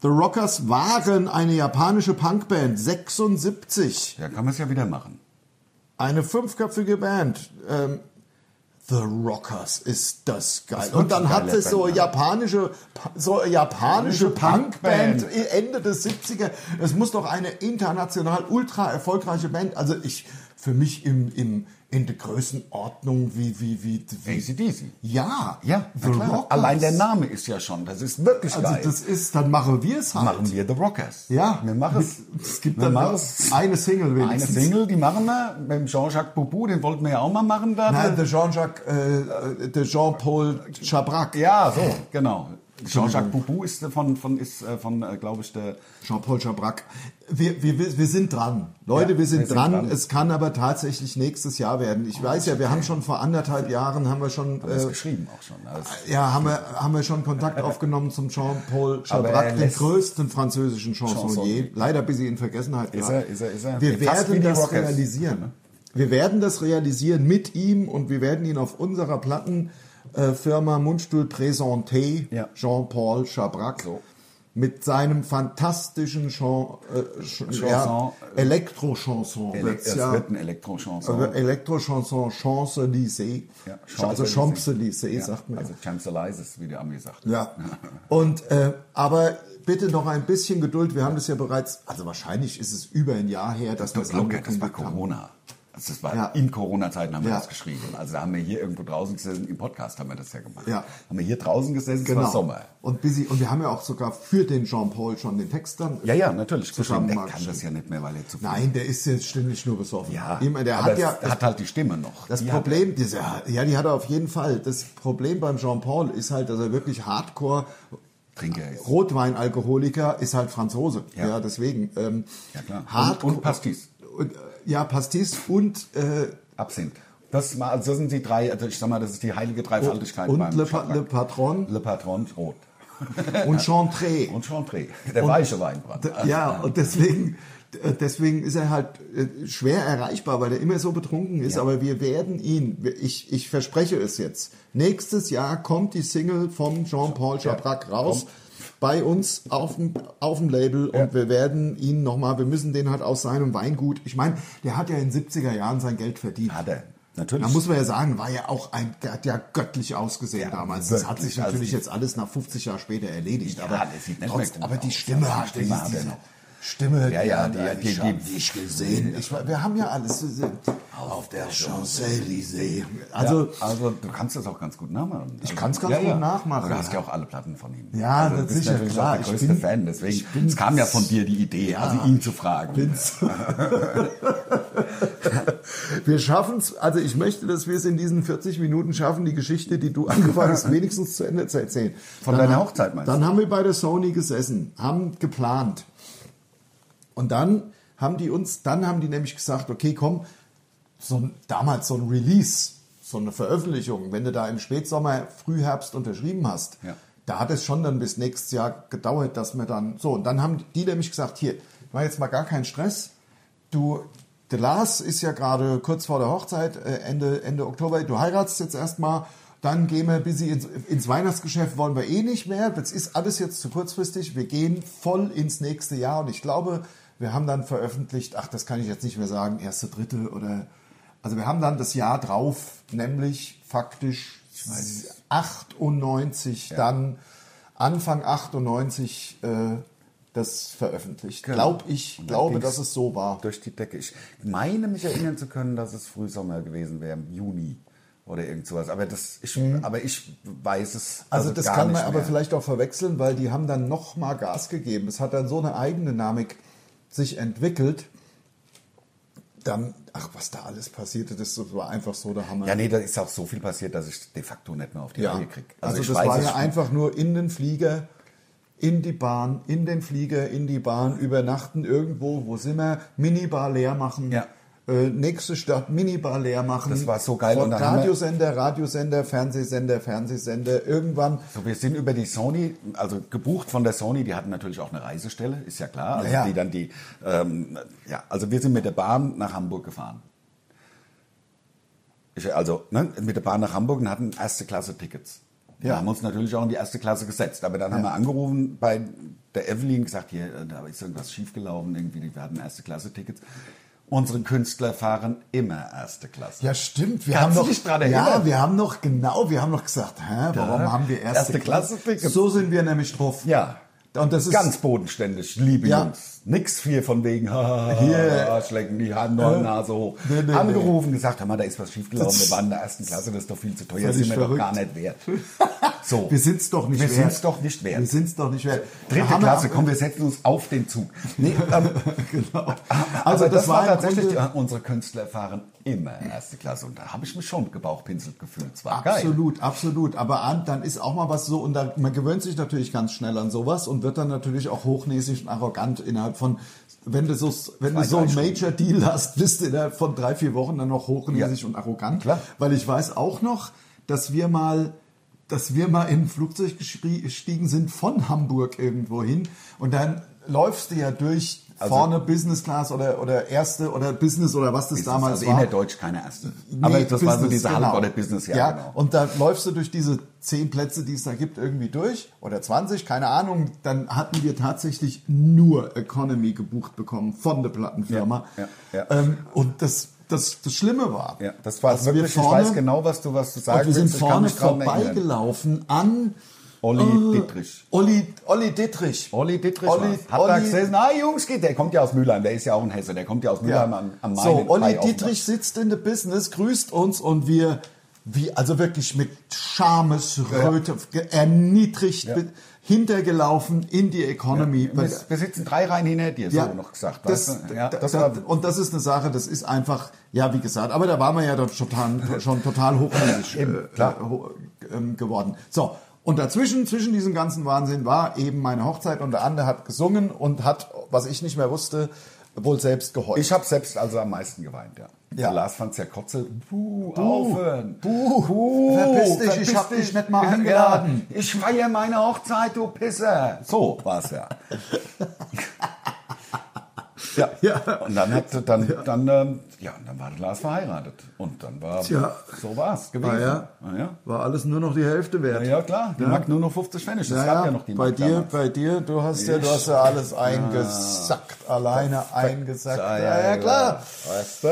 Speaker 3: The Rockers waren eine japanische Punkband, 76.
Speaker 4: Ja, kann man es ja wieder machen.
Speaker 3: Eine fünfköpfige Band. Ähm, The Rockers ist das geil.
Speaker 4: ist
Speaker 3: und dann
Speaker 4: wirklich
Speaker 3: hat
Speaker 4: eine
Speaker 3: es so
Speaker 4: Band, ja.
Speaker 3: japanische, so japanische
Speaker 4: Punkband.
Speaker 3: Punkband Ende des 70er. Es muss doch eine international ultra erfolgreiche Band. Also ich, für mich im, im, in der Größenordnung wie, wie, wie, wie.
Speaker 4: AC/DC.
Speaker 3: Ja.
Speaker 4: Ja,
Speaker 3: The
Speaker 4: na klar.
Speaker 3: Rockers.
Speaker 4: allein der Name ist ja schon, das ist wirklich
Speaker 3: Also
Speaker 4: geil.
Speaker 3: das ist, dann machen wir es halt.
Speaker 4: machen wir The Rockers.
Speaker 3: Ja.
Speaker 4: wir machen es.
Speaker 3: Es gibt
Speaker 4: Wir
Speaker 3: dann
Speaker 4: machen
Speaker 3: noch
Speaker 4: es.
Speaker 3: eine Single
Speaker 4: Eine
Speaker 3: wenigstens.
Speaker 4: Single, die machen wir mit dem Jean-Jacques Boubou, den wollten wir ja auch mal machen. Da.
Speaker 3: Nein, der Jean-Jacques, äh, der Jean-Paul Chabrac.
Speaker 4: ja, so, genau. Jean-Jacques Boubou ist von, von, ist äh, von äh, glaube ich, der
Speaker 3: Jean-Paul Schabrack. Wir, wir, wir wir sind dran. Leute,
Speaker 4: Ja,
Speaker 3: wir sind,
Speaker 4: wir sind
Speaker 3: dran.
Speaker 4: dran.
Speaker 3: Es kann aber tatsächlich nächstes Jahr werden. Ich weiß ja, wir haben schon vor anderthalb Jahren, haben wir schon,
Speaker 4: das
Speaker 3: äh,
Speaker 4: geschrieben auch schon. Also,
Speaker 3: ja, haben wir, haben wir schon Kontakt aufgenommen zum Jean-Paul
Speaker 4: Aber er
Speaker 3: Schabrack, den
Speaker 4: lässt-
Speaker 3: größten französischen Chansonnier.
Speaker 4: Chansonnier.
Speaker 3: Leider bis sie in Vergessenheit
Speaker 4: Ist
Speaker 3: geraten.
Speaker 4: er, ist er, ist er.
Speaker 3: Wir
Speaker 4: Fast wie
Speaker 3: werden
Speaker 4: die
Speaker 3: das
Speaker 4: Rockers.
Speaker 3: realisieren. Wir werden das realisieren mit ihm und wir werden ihn auf unserer Plattenfirma Mundstuhl Présenté,
Speaker 4: Ja.
Speaker 3: Jean-Paul Schabrack, mit seinem fantastischen Chan äh, Ch ja,
Speaker 4: Chanson. äh,
Speaker 3: Elektro-Chanson.
Speaker 4: Ele-
Speaker 3: wird's
Speaker 4: es
Speaker 3: ja.
Speaker 4: wird ein Elektro-Chanson.
Speaker 3: Aber Elektro-Chanson Champs-Élysées.
Speaker 4: Ja,
Speaker 3: also Champs-Élysées,
Speaker 4: Ja,
Speaker 3: sagt man.
Speaker 4: Also Champs-Élysées, wie der Ami sagt.
Speaker 3: Ja. Und äh, aber bitte noch ein bisschen Geduld. Wir haben das ja bereits, also wahrscheinlich ist es über ein Jahr her, dass wir
Speaker 4: Das,
Speaker 3: es
Speaker 4: war locker, das war
Speaker 3: angekündigt haben.
Speaker 4: Corona. Also das war
Speaker 3: Ja.
Speaker 4: in Corona-Zeiten haben wir
Speaker 3: Ja.
Speaker 4: das geschrieben. Also da haben wir hier irgendwo draußen gesessen, im Podcast haben wir das ja gemacht.
Speaker 3: Ja.
Speaker 4: Haben wir hier draußen gesessen, es
Speaker 3: Genau.
Speaker 4: war Sommer.
Speaker 3: Und, busy, und wir haben ja auch sogar für den Jean-Paul schon den Text dann.
Speaker 4: Ja, ja, natürlich.
Speaker 3: Zusammen
Speaker 4: Geschrieben.
Speaker 3: mal
Speaker 4: Der kann das ja nicht mehr, weil er zu viel
Speaker 3: Nein, der ist jetzt ständig nur besoffen.
Speaker 4: Ja,
Speaker 3: Immer, der
Speaker 4: aber
Speaker 3: hat ja.
Speaker 4: es
Speaker 3: Das,
Speaker 4: hat halt die Stimme noch.
Speaker 3: das
Speaker 4: die
Speaker 3: Problem, diese, ja, die hat er auf jeden Fall. Das Problem beim Jean-Paul ist halt, dass er wirklich hardcore.
Speaker 4: Trinker ist.
Speaker 3: Rotweinalkoholiker ist halt Franzose. Ja,
Speaker 4: Ja.
Speaker 3: deswegen. Ähm,
Speaker 4: Ja, klar. Und-
Speaker 3: Hardcore,
Speaker 4: und Pastis.
Speaker 3: Und, äh, ja, Pastis und, äh,
Speaker 4: Absinth. Das, mal- also das sind die drei, also ich sag mal, das ist die heilige Dreifaltigkeit
Speaker 3: Äh, und
Speaker 4: beim
Speaker 3: Le, Pa-
Speaker 4: Schabrack.
Speaker 3: Le Patron
Speaker 4: Le Patron Rot.
Speaker 3: und Chantre.
Speaker 4: Und Chantre. Der weiche Weinbrand. Also,
Speaker 3: D- Ja, und deswegen, d- deswegen ist er halt äh, schwer erreichbar, weil er immer so betrunken ist.
Speaker 4: Ja.
Speaker 3: Aber wir werden ihn, wir- ich, ich verspreche es jetzt. Nächstes Jahr kommt die Single vom Jean-Paul Chabrac raus. Bei uns auf dem, auf dem Label und wir werden ihn nochmal, wir müssen den halt aus seinem Weingut, ich meine, der hat ja in den 70er Jahren sein Geld verdient.
Speaker 4: Hat er. Natürlich.
Speaker 3: Da muss man ja sagen, war ja auch ein, der hat ja göttlich ausgesehen
Speaker 4: Ja,
Speaker 3: damals. Das
Speaker 4: wirklich.
Speaker 3: hat sich
Speaker 4: Also
Speaker 3: natürlich
Speaker 4: die-
Speaker 3: jetzt alles nach 50 Jahren später erledigt.
Speaker 4: Ja,
Speaker 3: aber,
Speaker 4: das sieht nicht
Speaker 3: trotz-
Speaker 4: mehr gut
Speaker 3: aber die
Speaker 4: aus.
Speaker 3: Stimme,
Speaker 4: Ja,
Speaker 3: hat,
Speaker 4: die Stimme hat er
Speaker 3: diese
Speaker 4: noch.
Speaker 3: Stimme,
Speaker 4: Ja, ja, die- die-
Speaker 3: ich
Speaker 4: die-
Speaker 3: hab dich gesehen. Ich, war- wir haben ja alles gesehen. auf der Champs-Élysées. Also,
Speaker 4: ja, also du kannst das auch ganz gut nachmachen. Ich
Speaker 3: kann's ganz gut nachmachen.
Speaker 4: Du hast ja auch alle Platten von ihm. Also
Speaker 3: Ja,
Speaker 4: du
Speaker 3: das
Speaker 4: bist
Speaker 3: sicher,
Speaker 4: natürlich
Speaker 3: klar.
Speaker 4: Auch der
Speaker 3: Ich
Speaker 4: größte
Speaker 3: bin-
Speaker 4: Fan. Deswegen,
Speaker 3: ich bin-
Speaker 4: es kam ja von dir die Idee, also ihn zu fragen.
Speaker 3: Bin's. wir schaffen es, also ich möchte, dass wir es in diesen 40 Minuten schaffen, die Geschichte, die du angefangen hast, wenigstens zu Ende zu erzählen.
Speaker 4: Von deiner Hochzeit meinst du?
Speaker 3: Dann haben wir bei der Sony gesessen, haben geplant. Und dann haben die uns, dann haben die nämlich gesagt, okay, komm, so ein, damals so ein Release, so eine Veröffentlichung, wenn du da im Spätsommer, Frühherbst unterschrieben hast,
Speaker 4: Ja.
Speaker 3: da hat es schon dann bis nächstes Jahr gedauert, dass wir dann so. Und dann haben die nämlich gesagt, hier, mach jetzt mal gar keinen Stress. Du, der Lars ist ja gerade kurz vor der Hochzeit, äh, Ende, Ende Oktober, du heiratest jetzt erstmal. Dann gehen wir bis ins, ins Weihnachtsgeschäft, wollen wir eh nicht mehr. Das ist alles jetzt zu kurzfristig. Wir gehen voll ins nächste Jahr und ich glaube, wir haben dann veröffentlicht, ach, das kann ich jetzt nicht mehr sagen, erste, dritte oder. Also wir haben dann das Jahr drauf, nämlich faktisch 98 dann Anfang 98 äh, das veröffentlicht.
Speaker 4: Genau.
Speaker 3: Glaub ich,
Speaker 4: Und dann
Speaker 3: glaube,
Speaker 4: ging's
Speaker 3: dass es so war.
Speaker 4: Durch die Decke. Ich meine mich erinnern zu können, dass es Frühsommer gewesen wäre, im Juni oder irgend sowas. Aber, das, ich, aber ich weiß es
Speaker 3: Mhm. Also das kann man
Speaker 4: nicht
Speaker 3: aber
Speaker 4: mehr.
Speaker 3: vielleicht auch verwechseln, weil die haben dann noch mal Gas gegeben. Es hat dann so eine Eigendynamik sich entwickelt. Dann, ach, was da alles passierte, das war einfach so der Hammer.
Speaker 4: Ja, nee, da ist auch so viel passiert, dass ich de facto nicht mehr auf die
Speaker 3: Ja.
Speaker 4: Reihe kriege.
Speaker 3: Also, das war ja einfach nur in den Flieger, in die Bahn, in den Flieger, in die Bahn, übernachten irgendwo, wo sind wir, Minibar leer machen.
Speaker 4: Ja.
Speaker 3: Äh, nächste Stadt, Minibar leer machen.
Speaker 4: Das war so geil.
Speaker 3: Von
Speaker 4: Und dann haben wir-
Speaker 3: Radiosender, Radiosender, Fernsehsender, Fernsehsender. Irgendwann
Speaker 4: So, wir sind über die Sony, also gebucht von der Sony, die hatten natürlich auch eine Reisestelle, ist ja klar. Also
Speaker 3: Ja, ja.
Speaker 4: die dann die, ähm, ja, also wir sind mit der Bahn nach Hamburg gefahren. Ich, also ne, mit der Bahn nach Hamburg und hatten erste Klasse Tickets. Wir
Speaker 3: Ja.
Speaker 4: haben uns natürlich auch in die erste Klasse gesetzt, aber dann haben wir angerufen bei der Evelyn, gesagt, hier, äh, da ist irgendwas schiefgelaufen, irgendwie, wir hatten erste Klasse Tickets. Unsere Künstler fahren immer erste Klasse.
Speaker 3: Ja, stimmt. Wir
Speaker 4: Kannst
Speaker 3: haben
Speaker 4: du
Speaker 3: noch,
Speaker 4: dich dran erinnern?
Speaker 3: ja, wir haben noch, genau, wir haben noch gesagt, hä, warum
Speaker 4: Ja.
Speaker 3: haben wir erste,
Speaker 4: Erste Klasse Tickets.
Speaker 3: So sind wir nämlich drauf.
Speaker 4: Ja.
Speaker 3: Und das ist
Speaker 4: Ganz bodenständig, liebe
Speaker 3: Ja.
Speaker 4: Jungs. Nix viel von wegen, hier
Speaker 3: Hier.
Speaker 4: schlecken die Hand neue Nase hoch.
Speaker 3: Nee, nee,
Speaker 4: Angerufen, gesagt, haben wir, da ist was schiefgelaufen,
Speaker 3: Das-
Speaker 4: wir waren in der ersten Klasse, das ist doch viel zu teuer,
Speaker 3: Völlig
Speaker 4: sind wir
Speaker 3: verrückt.
Speaker 4: doch gar nicht wert. So.
Speaker 3: Wir sind's doch nicht
Speaker 4: wir
Speaker 3: wert.
Speaker 4: sind's doch nicht wert.
Speaker 3: Wir sind's doch nicht wert. Da
Speaker 4: Dritte
Speaker 3: haben wir-
Speaker 4: Klasse, komm, wir setzen uns auf den Zug. Nee, ähm,
Speaker 3: Genau.
Speaker 4: also das, war
Speaker 3: im
Speaker 4: tatsächlich,
Speaker 3: Grunde-
Speaker 4: äh, unsere Künstler fahren immer erste Klasse und da habe ich mich schon gebauchpinselt gefühlt. Es war geil.
Speaker 3: Absolut, absolut. Aber Arndt, dann ist auch mal was so und da, man gewöhnt sich natürlich ganz schnell an sowas und wird dann natürlich auch hochnäsig und arrogant innerhalb von, wenn du so, wenn
Speaker 4: Zwei,
Speaker 3: du so
Speaker 4: drei
Speaker 3: ein
Speaker 4: Stunden.
Speaker 3: Major Deal hast, bist du innerhalb von drei, vier Wochen dann noch hochnäsig
Speaker 4: Ja.
Speaker 3: und arrogant.
Speaker 4: Klar.
Speaker 3: Weil ich weiß auch noch, dass wir mal dass wir mal in ein Flugzeug geschrie- gestiegen sind von Hamburg irgendwo hin und dann läufst du ja durch
Speaker 4: Also-
Speaker 3: vorne Business Class oder, oder erste oder Business oder was das
Speaker 4: Business,
Speaker 3: damals
Speaker 4: also
Speaker 3: war.
Speaker 4: innerdeutsch keine erste.
Speaker 3: Nee,
Speaker 4: Aber das war so
Speaker 3: Business,
Speaker 4: diese
Speaker 3: genau.
Speaker 4: Halb- oder Business, ja,
Speaker 3: ja
Speaker 4: genau.
Speaker 3: Und da läufst du durch diese zehn Plätze, die es da gibt, irgendwie durch oder 20, keine Ahnung. Dann hatten wir tatsächlich nur Economy gebucht bekommen von der Plattenfirma.
Speaker 4: Ja, ja, ja.
Speaker 3: Ähm, und das, das, das Schlimme war,
Speaker 4: Ja, das war
Speaker 3: dass wir
Speaker 4: wirklich,
Speaker 3: vorne-
Speaker 4: ich weiß genau, was du, was du
Speaker 3: und
Speaker 4: sagen
Speaker 3: wir sind
Speaker 4: willst. ich kann
Speaker 3: vorne
Speaker 4: mich dran erinnern.
Speaker 3: vorbeigelaufen an
Speaker 4: Olli
Speaker 3: äh,
Speaker 4: Dittrich.
Speaker 3: Olli, Olli Dittrich.
Speaker 4: Olli Dittrich
Speaker 3: Olli-
Speaker 4: war's. hat da
Speaker 3: Olli-
Speaker 4: gesessen, ah Jungs, geht, der kommt ja aus Mülheim, der ist ja auch ein Hesse, der kommt ja aus Mülheim am, am Main.
Speaker 3: So,
Speaker 4: in
Speaker 3: Olli
Speaker 4: Kai Offenbach.
Speaker 3: Dietrich sitzt in the Business, grüßt uns und wir, wie, also wirklich mit Schamesröte, ge- erniedrigt,
Speaker 4: Ja.
Speaker 3: be- hintergelaufen in die Economy.
Speaker 4: Wir, wir sitzen drei Reihen hinter dir,
Speaker 3: Ja,
Speaker 4: so noch gesagt.
Speaker 3: Das,
Speaker 4: weißt du? ja,
Speaker 3: da-
Speaker 4: das
Speaker 3: da-
Speaker 4: war,
Speaker 3: und das ist eine Sache, das ist einfach, ja, wie gesagt, aber da waren wir ja dann total, schon total hochnäsig äh,
Speaker 4: Eben, klar.
Speaker 3: äh, ho- ähm, geworden. So, und dazwischen, zwischen diesem ganzen Wahnsinn war eben meine Hochzeit und der andere hat gesungen und hat, was ich nicht mehr wusste, wohl selbst geheult.
Speaker 4: ich habe selbst also am meisten geweint, ja.
Speaker 3: Ja.
Speaker 4: Der Lars fand ja kotze. Buh, aufhören.
Speaker 3: Buh.
Speaker 4: Buh,
Speaker 3: Verpiss dich, ich hab dich nicht mal eingeladen.
Speaker 4: Ja, ich feiere meine Hochzeit, du Pisser. So war's ja. ja.
Speaker 3: Ja.
Speaker 4: Und dann hat dann dann ähm, ja, und dann war Lars verheiratet und dann war
Speaker 3: Tja.
Speaker 4: so war's gewesen.
Speaker 3: Ah ja.
Speaker 4: Ah ja.
Speaker 3: War alles nur noch die Hälfte
Speaker 4: Ja,
Speaker 3: wert.
Speaker 4: ja, klar, die
Speaker 3: Ja.
Speaker 4: mag nur noch 50 Pfennig. Das
Speaker 3: Ja,
Speaker 4: gab
Speaker 3: ja,
Speaker 4: ja noch die
Speaker 3: bei
Speaker 4: Mark
Speaker 3: dir,
Speaker 4: damals.
Speaker 3: bei dir, du hast ja, du hast ja alles eingesackt, alleine eingesackt. Ja, ja, klar,
Speaker 4: Ah, Weißt du?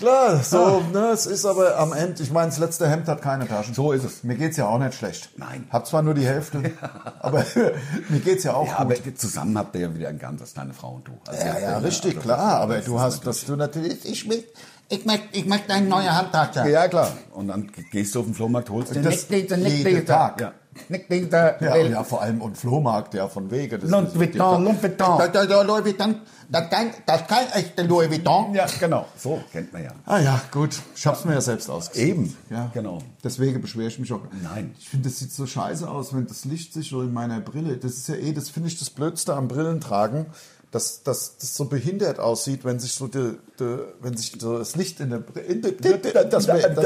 Speaker 3: klar. So,
Speaker 4: Ah.
Speaker 3: ne, es ist aber am Ende. Ich meine, das letzte Hemd hat keine Taschen.
Speaker 4: So ist es.
Speaker 3: Mir geht's ja auch nicht schlecht.
Speaker 4: Nein.
Speaker 3: hab zwar nur die Hälfte, aber mir geht's ja auch
Speaker 4: Ja,
Speaker 3: gut.
Speaker 4: aber zusammen habt ihr ja wieder ein ganz das kleine Frau und du. Also
Speaker 3: Ja,
Speaker 4: jetzt,
Speaker 3: ja,
Speaker 4: äh,
Speaker 3: richtig,
Speaker 4: also
Speaker 3: klar.
Speaker 4: das-
Speaker 3: Aber
Speaker 4: das
Speaker 3: du
Speaker 4: ist
Speaker 3: hast, dass du natürlich, ich will, ich möchte, ich möchte einen neuen Handtaschen.
Speaker 4: natürlich- Ja, klar. Und dann gehst du auf den Flohmarkt, holst den
Speaker 3: Das jeden Tag.
Speaker 4: Ja.
Speaker 3: Ja, ja, vor allem und Flohmarkt, ja, von Wege. Das
Speaker 4: Louis
Speaker 3: ist-
Speaker 4: Vuitton, Louis Vuitton.
Speaker 3: Da- da- da- Louis Vuitton, das kein, das kein echter Louis Vuitton.
Speaker 4: ja, genau. So kennt man ja.
Speaker 3: Ah ja, gut, ich hab's mir ja selbst ausgesucht.
Speaker 4: Eben,
Speaker 3: Ja,
Speaker 4: genau.
Speaker 3: Deswegen beschwere ich mich auch.
Speaker 4: Nein.
Speaker 3: Ich finde, das sieht so scheiße aus, wenn das Licht sich so in meiner Brille, das ist ja eh, das finde ich das Blödste am Brillentragen, dass, dass das so behindert aussieht, wenn sich so die, die, wenn sich so das Licht in der Brille, dass man, dass man,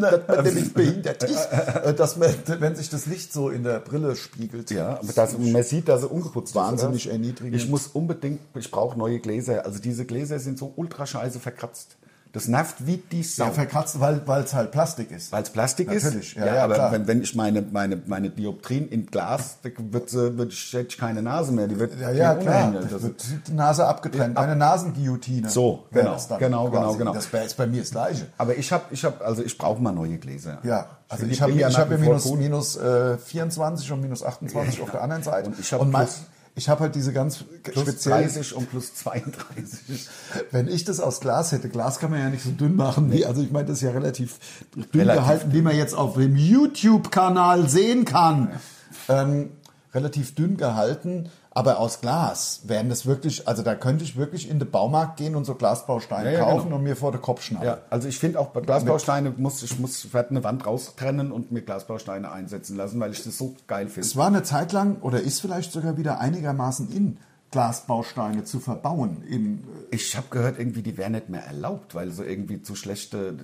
Speaker 3: dass man nämlich behindert ist, äh, dass man, wenn sich das Licht so in der Brille spiegelt.
Speaker 4: Ja, aber das, man sieht, dass er ungeputzt
Speaker 3: Wahnsinnig
Speaker 4: ist. oder?
Speaker 3: erniedrigend.
Speaker 4: Ich muss unbedingt, ich brauche neue Gläser. Also diese Gläser sind so ultra scheiße verkratzt. Das nervt wie die Sau.
Speaker 3: Ja, verkratzt, weil es halt Plastik ist.
Speaker 4: Weil es Plastik
Speaker 3: Natürlich,
Speaker 4: ist.
Speaker 3: ja, ja,
Speaker 4: aber
Speaker 3: klar.
Speaker 4: wenn, wenn ich meine, meine, meine Dioptrien in Glas, da wird, sie- wird ich, hätte ich keine Nase mehr. Die wird
Speaker 3: Ja, ja,
Speaker 4: die
Speaker 3: klar.
Speaker 4: Unhänge.
Speaker 3: Das
Speaker 4: Das
Speaker 3: wird die Nase abgetrennt. Eine Nasenguillotine.
Speaker 4: So,
Speaker 3: wär
Speaker 4: genau,
Speaker 3: das dann
Speaker 4: genau,
Speaker 3: quasi.
Speaker 4: genau, genau.
Speaker 3: Das wär- ist bei mir das Gleiche.
Speaker 4: aber ich habe, ich hab, also ich brauche mal neue Gläser.
Speaker 3: Ja, also
Speaker 4: find
Speaker 3: ich
Speaker 4: die
Speaker 3: habe
Speaker 4: Brille
Speaker 3: ich
Speaker 4: nach
Speaker 3: habe
Speaker 4: wie vor
Speaker 3: minus, minus
Speaker 4: cool.
Speaker 3: äh, 24 und minus 28 auf der anderen Seite.
Speaker 4: Und ich hab
Speaker 3: mein-
Speaker 4: plus-
Speaker 3: ich habe halt diese ganz
Speaker 4: plus
Speaker 3: speziellen
Speaker 4: 30 und plus 32.
Speaker 3: Wenn ich das aus Glas hätte, Glas kann man ja nicht so dünn machen. Wie, also ich meine, das ist ja relativ dünn
Speaker 4: Relativ
Speaker 3: gehalten, wie man jetzt auf dem YouTube-Kanal sehen kann. Ähm, relativ dünn gehalten, aber aus Glas wären das wirklich, also da könnte ich wirklich in den Baumarkt gehen und so Glasbausteine
Speaker 4: Ja, ja,
Speaker 3: kaufen
Speaker 4: genau.
Speaker 3: und mir vor den Kopf schnappen.
Speaker 4: Ja, also ich finde auch bei Glasbausteine muss ich muss ich werde eine Wand raustrennen und mir Glasbausteine einsetzen lassen, weil ich das so geil finde.
Speaker 3: Es war eine Zeit lang oder ist vielleicht sogar wieder einigermaßen in, Glasbausteine zu verbauen. Im,
Speaker 4: Ich habe gehört, irgendwie die wären nicht mehr erlaubt, weil so irgendwie zu schlechte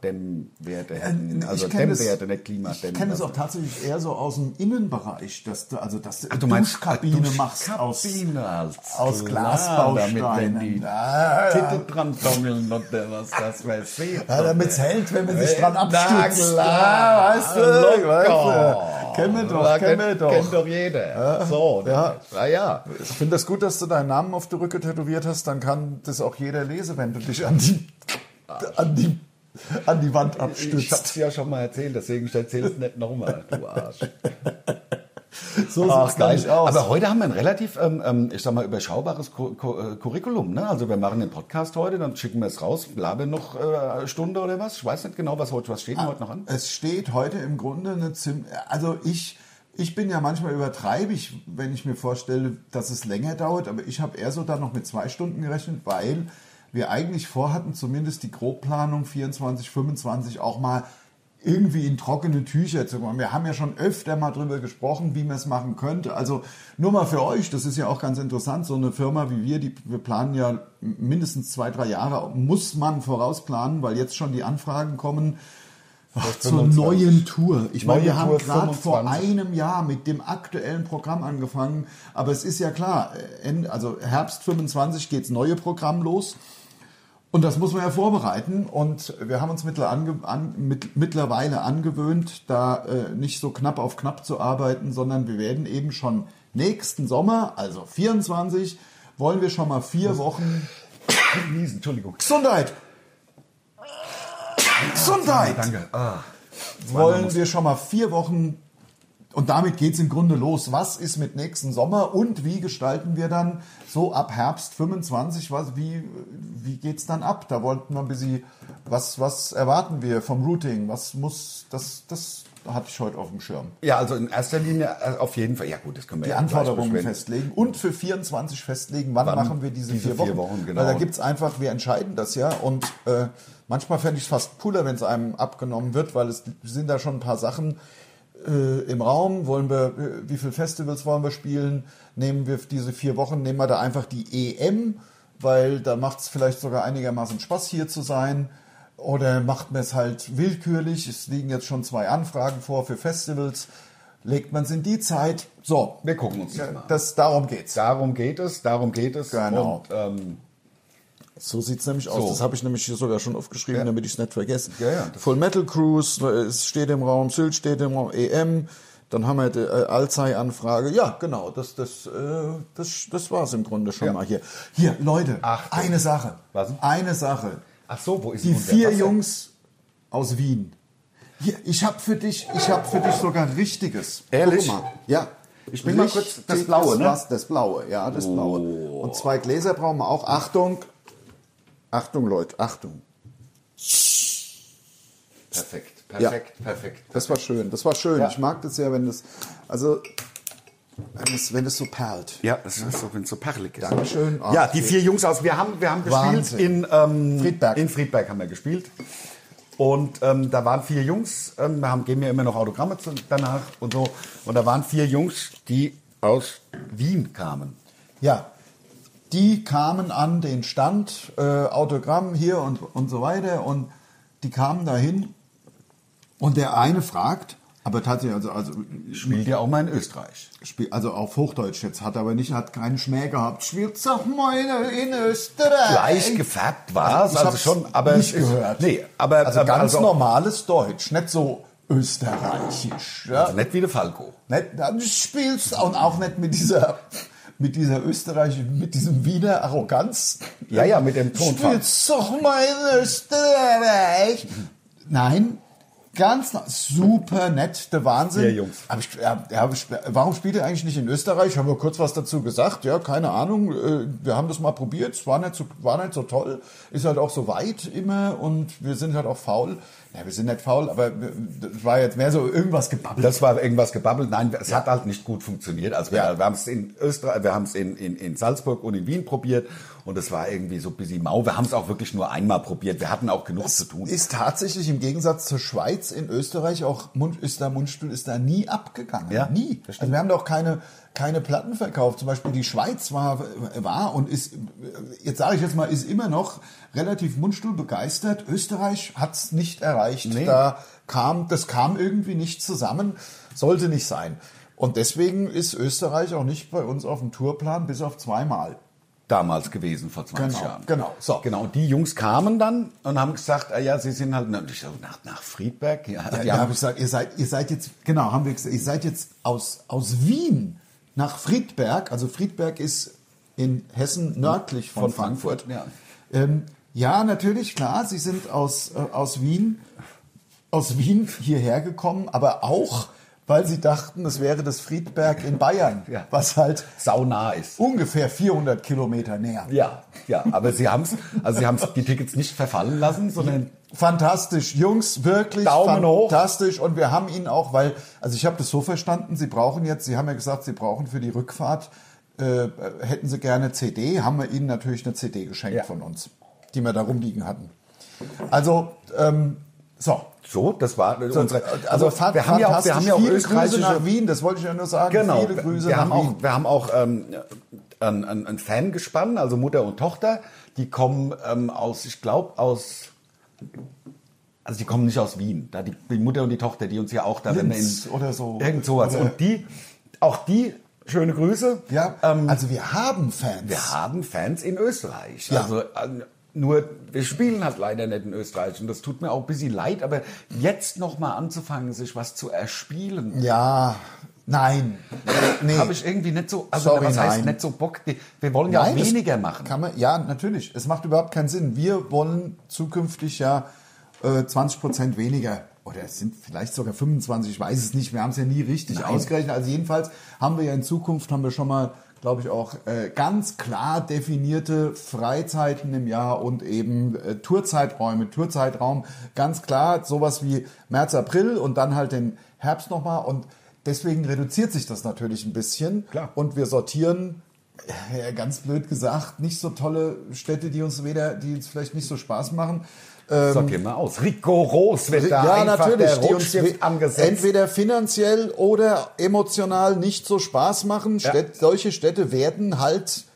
Speaker 4: Klimadämmwerte hätten.
Speaker 3: Ähm, ich
Speaker 4: also
Speaker 3: kenn das-
Speaker 4: Dämmwerte, nicht
Speaker 3: ich
Speaker 4: Klimadämmwerte.
Speaker 3: kenne es auch tatsächlich eher so aus dem Innenbereich, dass du, also dass du,
Speaker 4: Ach, du meinst
Speaker 3: Duschkabine, machst aus
Speaker 4: Duschkabine als
Speaker 3: aus
Speaker 4: klar,
Speaker 3: Glasbausteinen.
Speaker 4: Damit wenn die
Speaker 3: Ja, ja.
Speaker 4: Titel dran dongeln und der was das weiß ich.
Speaker 3: Äh, Ja, damit's hält, wenn man sich dran
Speaker 4: Na
Speaker 3: abstützt. Ja,
Speaker 4: klar,
Speaker 3: weißt du,
Speaker 4: locker.
Speaker 3: weißt du. Kennen wir doch,
Speaker 4: Ja,
Speaker 3: kennen
Speaker 4: kennt-
Speaker 3: wir doch.
Speaker 4: Kennt doch jeder. So,
Speaker 3: ja.
Speaker 4: na ja.
Speaker 3: Ich finde das gut, dass du deinen Namen auf der Rücke tätowiert hast, dann kann das auch jeder lesen, wenn du dich an die, an die, an die Wand
Speaker 4: Ich hab's
Speaker 3: abstützt.
Speaker 4: ja schon mal erzählt, deswegen erzähl's nicht nochmal, du Arsch.
Speaker 3: So sieht's nämlich aus.
Speaker 4: Aber heute haben wir ein relativ, ähm, ähm, ich sag mal, überschaubares Cu Cu äh, Curriculum. Ne? Also wir machen den Podcast heute, dann schicken wir es raus, labern noch äh, eine Stunde oder was. Ich weiß nicht genau, was heute, was
Speaker 3: Ah.
Speaker 4: steht denn heute noch an?
Speaker 3: Es steht heute im Grunde eine ziemlich. Also ich, ich bin ja manchmal übertreibe ich, wenn ich mir vorstelle, dass es länger dauert, aber ich habe eher so dann noch mit zwei Stunden gerechnet, weil wir eigentlich vorhatten, zumindest die Grobplanung 24, 25 auch mal irgendwie in trockene Tücher zu machen. Wir haben ja schon öfter mal drüber gesprochen, wie man es machen könnte. Also nur mal für euch, das ist ja auch ganz interessant, so eine Firma wie wir, die wir planen ja mindestens zwei, drei Jahre, muss man vorausplanen, weil jetzt schon die Anfragen kommen, zur
Speaker 4: 25.
Speaker 3: neuen Tour. Ich meine,
Speaker 4: Neue
Speaker 3: wir haben
Speaker 4: Tour
Speaker 3: gerade vor
Speaker 4: 25.
Speaker 3: einem Jahr mit dem aktuellen Programm angefangen, aber es ist ja klar, äh, Ende- also Herbst 25 geht's neue Programm los. Und das muss man ja vorbereiten. Und wir haben uns mittler- ange an, mit, mittlerweile angewöhnt, da äh, nicht so knapp auf knapp zu arbeiten, sondern wir werden eben schon nächsten Sommer, also 24, wollen wir schon mal vier Wochen
Speaker 4: Äh, Niesen, Entschuldigung.
Speaker 3: Gesundheit. Gesundheit
Speaker 4: Danke. Ah.
Speaker 3: wollen wir schon mal vier Wochen und damit geht's im Grunde los. Was ist mit nächsten Sommer und wie gestalten wir dann so ab Herbst 25, was, wie, wie geht's dann ab? Da wollten wir ein bisschen, was, was erwarten wir vom Routing? Was muss, das, das hatte ich heute auf dem Schirm.
Speaker 4: Ja, also in erster Linie äh, auf jeden Fall. Ja gut, das können wir
Speaker 3: Die
Speaker 4: ja
Speaker 3: Anforderungen
Speaker 4: gleich besprechen.
Speaker 3: festlegen und für 24 festlegen, wann,
Speaker 4: Wann
Speaker 3: machen wir diese,
Speaker 4: diese
Speaker 3: vier Wochen.
Speaker 4: vier Wochen, genau.
Speaker 3: Weil da gibt's einfach, wir entscheiden das ja und äh, manchmal fände ich es fast cooler, wenn es einem abgenommen wird, weil es sind da schon ein paar Sachen äh, im Raum. Wollen wir, äh, wie viele Festivals wollen wir spielen? Nehmen wir diese vier Wochen, nehmen wir da einfach die EM, weil da macht's vielleicht sogar einigermaßen Spaß, hier zu sein. Oder macht man es halt willkürlich? Es liegen jetzt schon zwei Anfragen vor für Festivals. Legt man es in die Zeit? So,
Speaker 4: Wir gucken uns das
Speaker 3: ja,
Speaker 4: mal an.
Speaker 3: das, darum geht's.
Speaker 4: Darum geht es, darum geht es.
Speaker 3: Genau.
Speaker 4: Und, ähm,
Speaker 3: So sieht's nämlich aus.
Speaker 4: So.
Speaker 3: Das habe ich nämlich hier sogar schon aufgeschrieben,
Speaker 4: Ja.
Speaker 3: damit ich es nicht vergesse.
Speaker 4: Ja, ja, das-
Speaker 3: Full Metal Cruise, äh, es steht im Raum, Sylt steht im Raum, EM. Dann haben wir die äh, Alzey-Anfrage. Ja, genau, das, das, äh, das, das war's im Grunde schon
Speaker 4: Ja.
Speaker 3: mal hier. Hier, Leute,
Speaker 4: Achtung.
Speaker 3: eine Sache.
Speaker 4: Was denn?
Speaker 3: Eine Sache.
Speaker 4: ach so, wo ist
Speaker 3: Die
Speaker 4: unser
Speaker 3: vier
Speaker 4: Wasser?
Speaker 3: Jungs aus Wien. Hier, ich habe für dich, ich habe für dich sogar richtiges.
Speaker 4: Ehrlich?
Speaker 3: Guck mal. Ja.
Speaker 4: Ich bin mal kurz- das
Speaker 3: Richtiges
Speaker 4: Blaue, ne? Oh.
Speaker 3: Was, das Blaue, ja, das Blaue. Und zwei Gläser brauchen wir auch. Achtung. Achtung, Leute, Achtung.
Speaker 4: Perfekt, perfekt, perfekt.
Speaker 3: Das war schön, das war schön.
Speaker 4: Ja.
Speaker 3: Ich mag das ja, wenn das, also, wenn es, wenn es so perlt.
Speaker 4: Ja, das ist so, wenn es so perlig ist.
Speaker 3: Dankeschön. Ah,
Speaker 4: ja, die vier Jungs aus. Wir haben, wir haben gespielt
Speaker 3: Wahnsinn.
Speaker 4: in ähm,
Speaker 3: Friedberg.
Speaker 4: In Friedberg haben wir gespielt. Und ähm, da waren vier Jungs. Ähm, wir haben, geben ja immer noch Autogramme zu, danach und so. Und da waren vier Jungs, die aus Wien kamen.
Speaker 3: Ja, die kamen an den Stand, äh, Autogramm hier und, und so weiter und die kamen dahin und der eine fragt, aber tatsächlich, also, also,
Speaker 4: Spielt ja auch mal in Österreich.
Speaker 3: spiel- also auf Hochdeutsch jetzt, hat aber nicht, hat keinen Schmäh gehabt, spielt's auch meine in Österreich.
Speaker 4: Gleich gefärbt war es,
Speaker 3: Ich
Speaker 4: also
Speaker 3: hab's
Speaker 4: schon, aber
Speaker 3: nicht
Speaker 4: es ist-
Speaker 3: gehört.
Speaker 4: Nee, aber
Speaker 3: also
Speaker 4: aber-
Speaker 3: ganz
Speaker 4: also-
Speaker 3: normales Deutsch, nicht so österreichisch. Ja?
Speaker 4: Also nicht wie der Falco.
Speaker 3: Nicht, dann spielst und auch nicht mit dieser mit dieser Österreich, mit diesem Wiener Arroganz.
Speaker 4: Ja, ja, mit dem Tonfall.
Speaker 3: Spielst doch mal in Österreich. Nein, ganz na- super nett, der Wahnsinn.
Speaker 4: Vier Jungs.
Speaker 3: Hab ich, ja, ja, hab ich, warum spielt ihr eigentlich nicht in Österreich? Haben wir kurz was dazu gesagt? Ja, keine Ahnung. äh, Wir haben das mal probiert. Es war nicht so, war nicht so toll. Ist halt auch so weit immer und wir sind halt auch faul. Ja, wir sind nicht faul, aber wir- das war jetzt mehr so irgendwas gebabbelt.
Speaker 4: Das war irgendwas gebabbelt. Nein, es hat halt nicht gut funktioniert. Also wir,
Speaker 3: Ja.
Speaker 4: wir haben es in Österreich, wir haben es in, in, in Salzburg und in Wien probiert und es war irgendwie so ein bisschen mau. Wir haben es auch wirklich nur einmal probiert. Wir hatten auch genug zu tun.
Speaker 3: Ist tatsächlich im Gegensatz zur Schweiz in Österreich auch Mund, ist da Mundstuhl ist da nie abgegangen.
Speaker 4: Ja,
Speaker 3: nie.
Speaker 4: das stimmt.
Speaker 3: Also wir haben doch keine, keine Platten verkauft. Zum Beispiel die Schweiz war, war und ist, jetzt sage ich jetzt mal, ist immer noch relativ Mundstuhl begeistert. Österreich hat's nicht erreicht.
Speaker 4: Nee.
Speaker 3: Da kam, das kam irgendwie nicht zusammen. Sollte nicht sein. Und deswegen ist Österreich auch nicht bei uns auf dem Tourplan, bis auf zweimal.
Speaker 4: damals gewesen vor 20
Speaker 3: Genau,
Speaker 4: Jahren.
Speaker 3: genau, so.
Speaker 4: Genau, und die Jungs kamen dann und haben gesagt, ah, ja, sie sind halt na, ich so, nach, nach Friedberg. Ja,
Speaker 3: Ja,
Speaker 4: die
Speaker 3: da habe
Speaker 4: haben,
Speaker 3: ich gesagt, ihr seid, ihr seid jetzt, genau, haben wir gesagt, ihr seid jetzt aus, aus Wien nach Friedberg. Also Friedberg ist in Hessen nördlich von,
Speaker 4: Von
Speaker 3: Frankfurt.
Speaker 4: Frankfurt,
Speaker 3: Ähm, ja, natürlich, klar, sie sind aus, äh, aus Wien, aus Wien hierher gekommen, aber auch, weil sie dachten, es wäre das Friedberg in Bayern,
Speaker 4: Ja.
Speaker 3: was halt
Speaker 4: saunah ist.
Speaker 3: ungefähr 400 Kilometer näher.
Speaker 4: Ja, ja, aber sie haben es, also sie haben die Tickets nicht verfallen lassen, sondern
Speaker 3: Fantastisch, Jungs, wirklich
Speaker 4: Daumen hoch.
Speaker 3: fantastisch. Und wir haben ihn auch, weil, also ich habe das so verstanden, Sie brauchen jetzt, Sie haben ja gesagt, Sie brauchen für die Rückfahrt, äh, hätten Sie gerne CD, haben wir Ihnen natürlich eine CD geschenkt
Speaker 4: Ja.
Speaker 3: von uns, die wir da rumliegen hatten. Also, ähm, so.
Speaker 4: so, das war unsere,
Speaker 3: also,
Speaker 4: also wir haben ja auch, wir haben ja auch
Speaker 3: viele Grüße
Speaker 4: österreichische
Speaker 3: nach Wien, das wollte ich ja nur sagen.
Speaker 4: Genau.
Speaker 3: Viele Grüße
Speaker 4: wir,
Speaker 3: nach
Speaker 4: haben
Speaker 3: Wien.
Speaker 4: auch, wir haben auch ähm, ein, ein, ein Fangespann, also Mutter und Tochter, die kommen ähm, aus, ich glaube, aus. Also die kommen nicht aus Wien. Da die, die Mutter und die Tochter, die uns ja auch da
Speaker 3: Linz oder so.
Speaker 4: Irgend sowas.
Speaker 3: Oder-
Speaker 4: Und die, auch die, schöne Grüße.
Speaker 3: Ja,
Speaker 4: Ähm,
Speaker 3: also wir haben Fans.
Speaker 4: wir haben Fans in Österreich.
Speaker 3: Ja.
Speaker 4: Also ähm, nur wir spielen halt leider nicht in Österreich und das tut mir auch ein bisschen leid, aber jetzt noch mal anzufangen, sich was zu erspielen,
Speaker 3: Ja, nein. Nee.
Speaker 4: habe ich irgendwie nicht so, also
Speaker 3: Hm. Sorry,
Speaker 4: was heißt
Speaker 3: nein.
Speaker 4: nicht so Bock, Die- wir wollen ja auch
Speaker 3: das
Speaker 4: weniger machen.
Speaker 3: Kann man, ja, natürlich. Es macht überhaupt keinen Sinn. Wir wollen zukünftig ja äh, 20 Prozent weniger. Oder es sind vielleicht sogar 25, ich weiß es nicht. Wir haben es ja nie richtig ausgerechnet. Also jedenfalls haben wir ja in Zukunft, haben wir schon mal, glaube ich, auch äh, ganz klar definierte Freizeiten im Jahr und eben äh, Tourzeiträume, Tourzeitraum. Ganz klar sowas wie März, April und dann halt den Herbst nochmal. Und deswegen reduziert sich das natürlich ein bisschen.
Speaker 4: Klar.
Speaker 3: Und wir sortieren ja, ganz blöd gesagt, nicht so tolle Städte, die uns weder, die uns vielleicht nicht so Spaß machen. Ähm,
Speaker 4: Sortieren wir aus. Rigoros wird Äh, da
Speaker 3: ja,
Speaker 4: einfach
Speaker 3: natürlich,
Speaker 4: der
Speaker 3: die uns
Speaker 4: Rotstift
Speaker 3: we-
Speaker 4: angesetzt.
Speaker 3: entweder finanziell oder emotional nicht so Spaß machen.
Speaker 4: Ja.
Speaker 3: Städt, solche Städte werden halt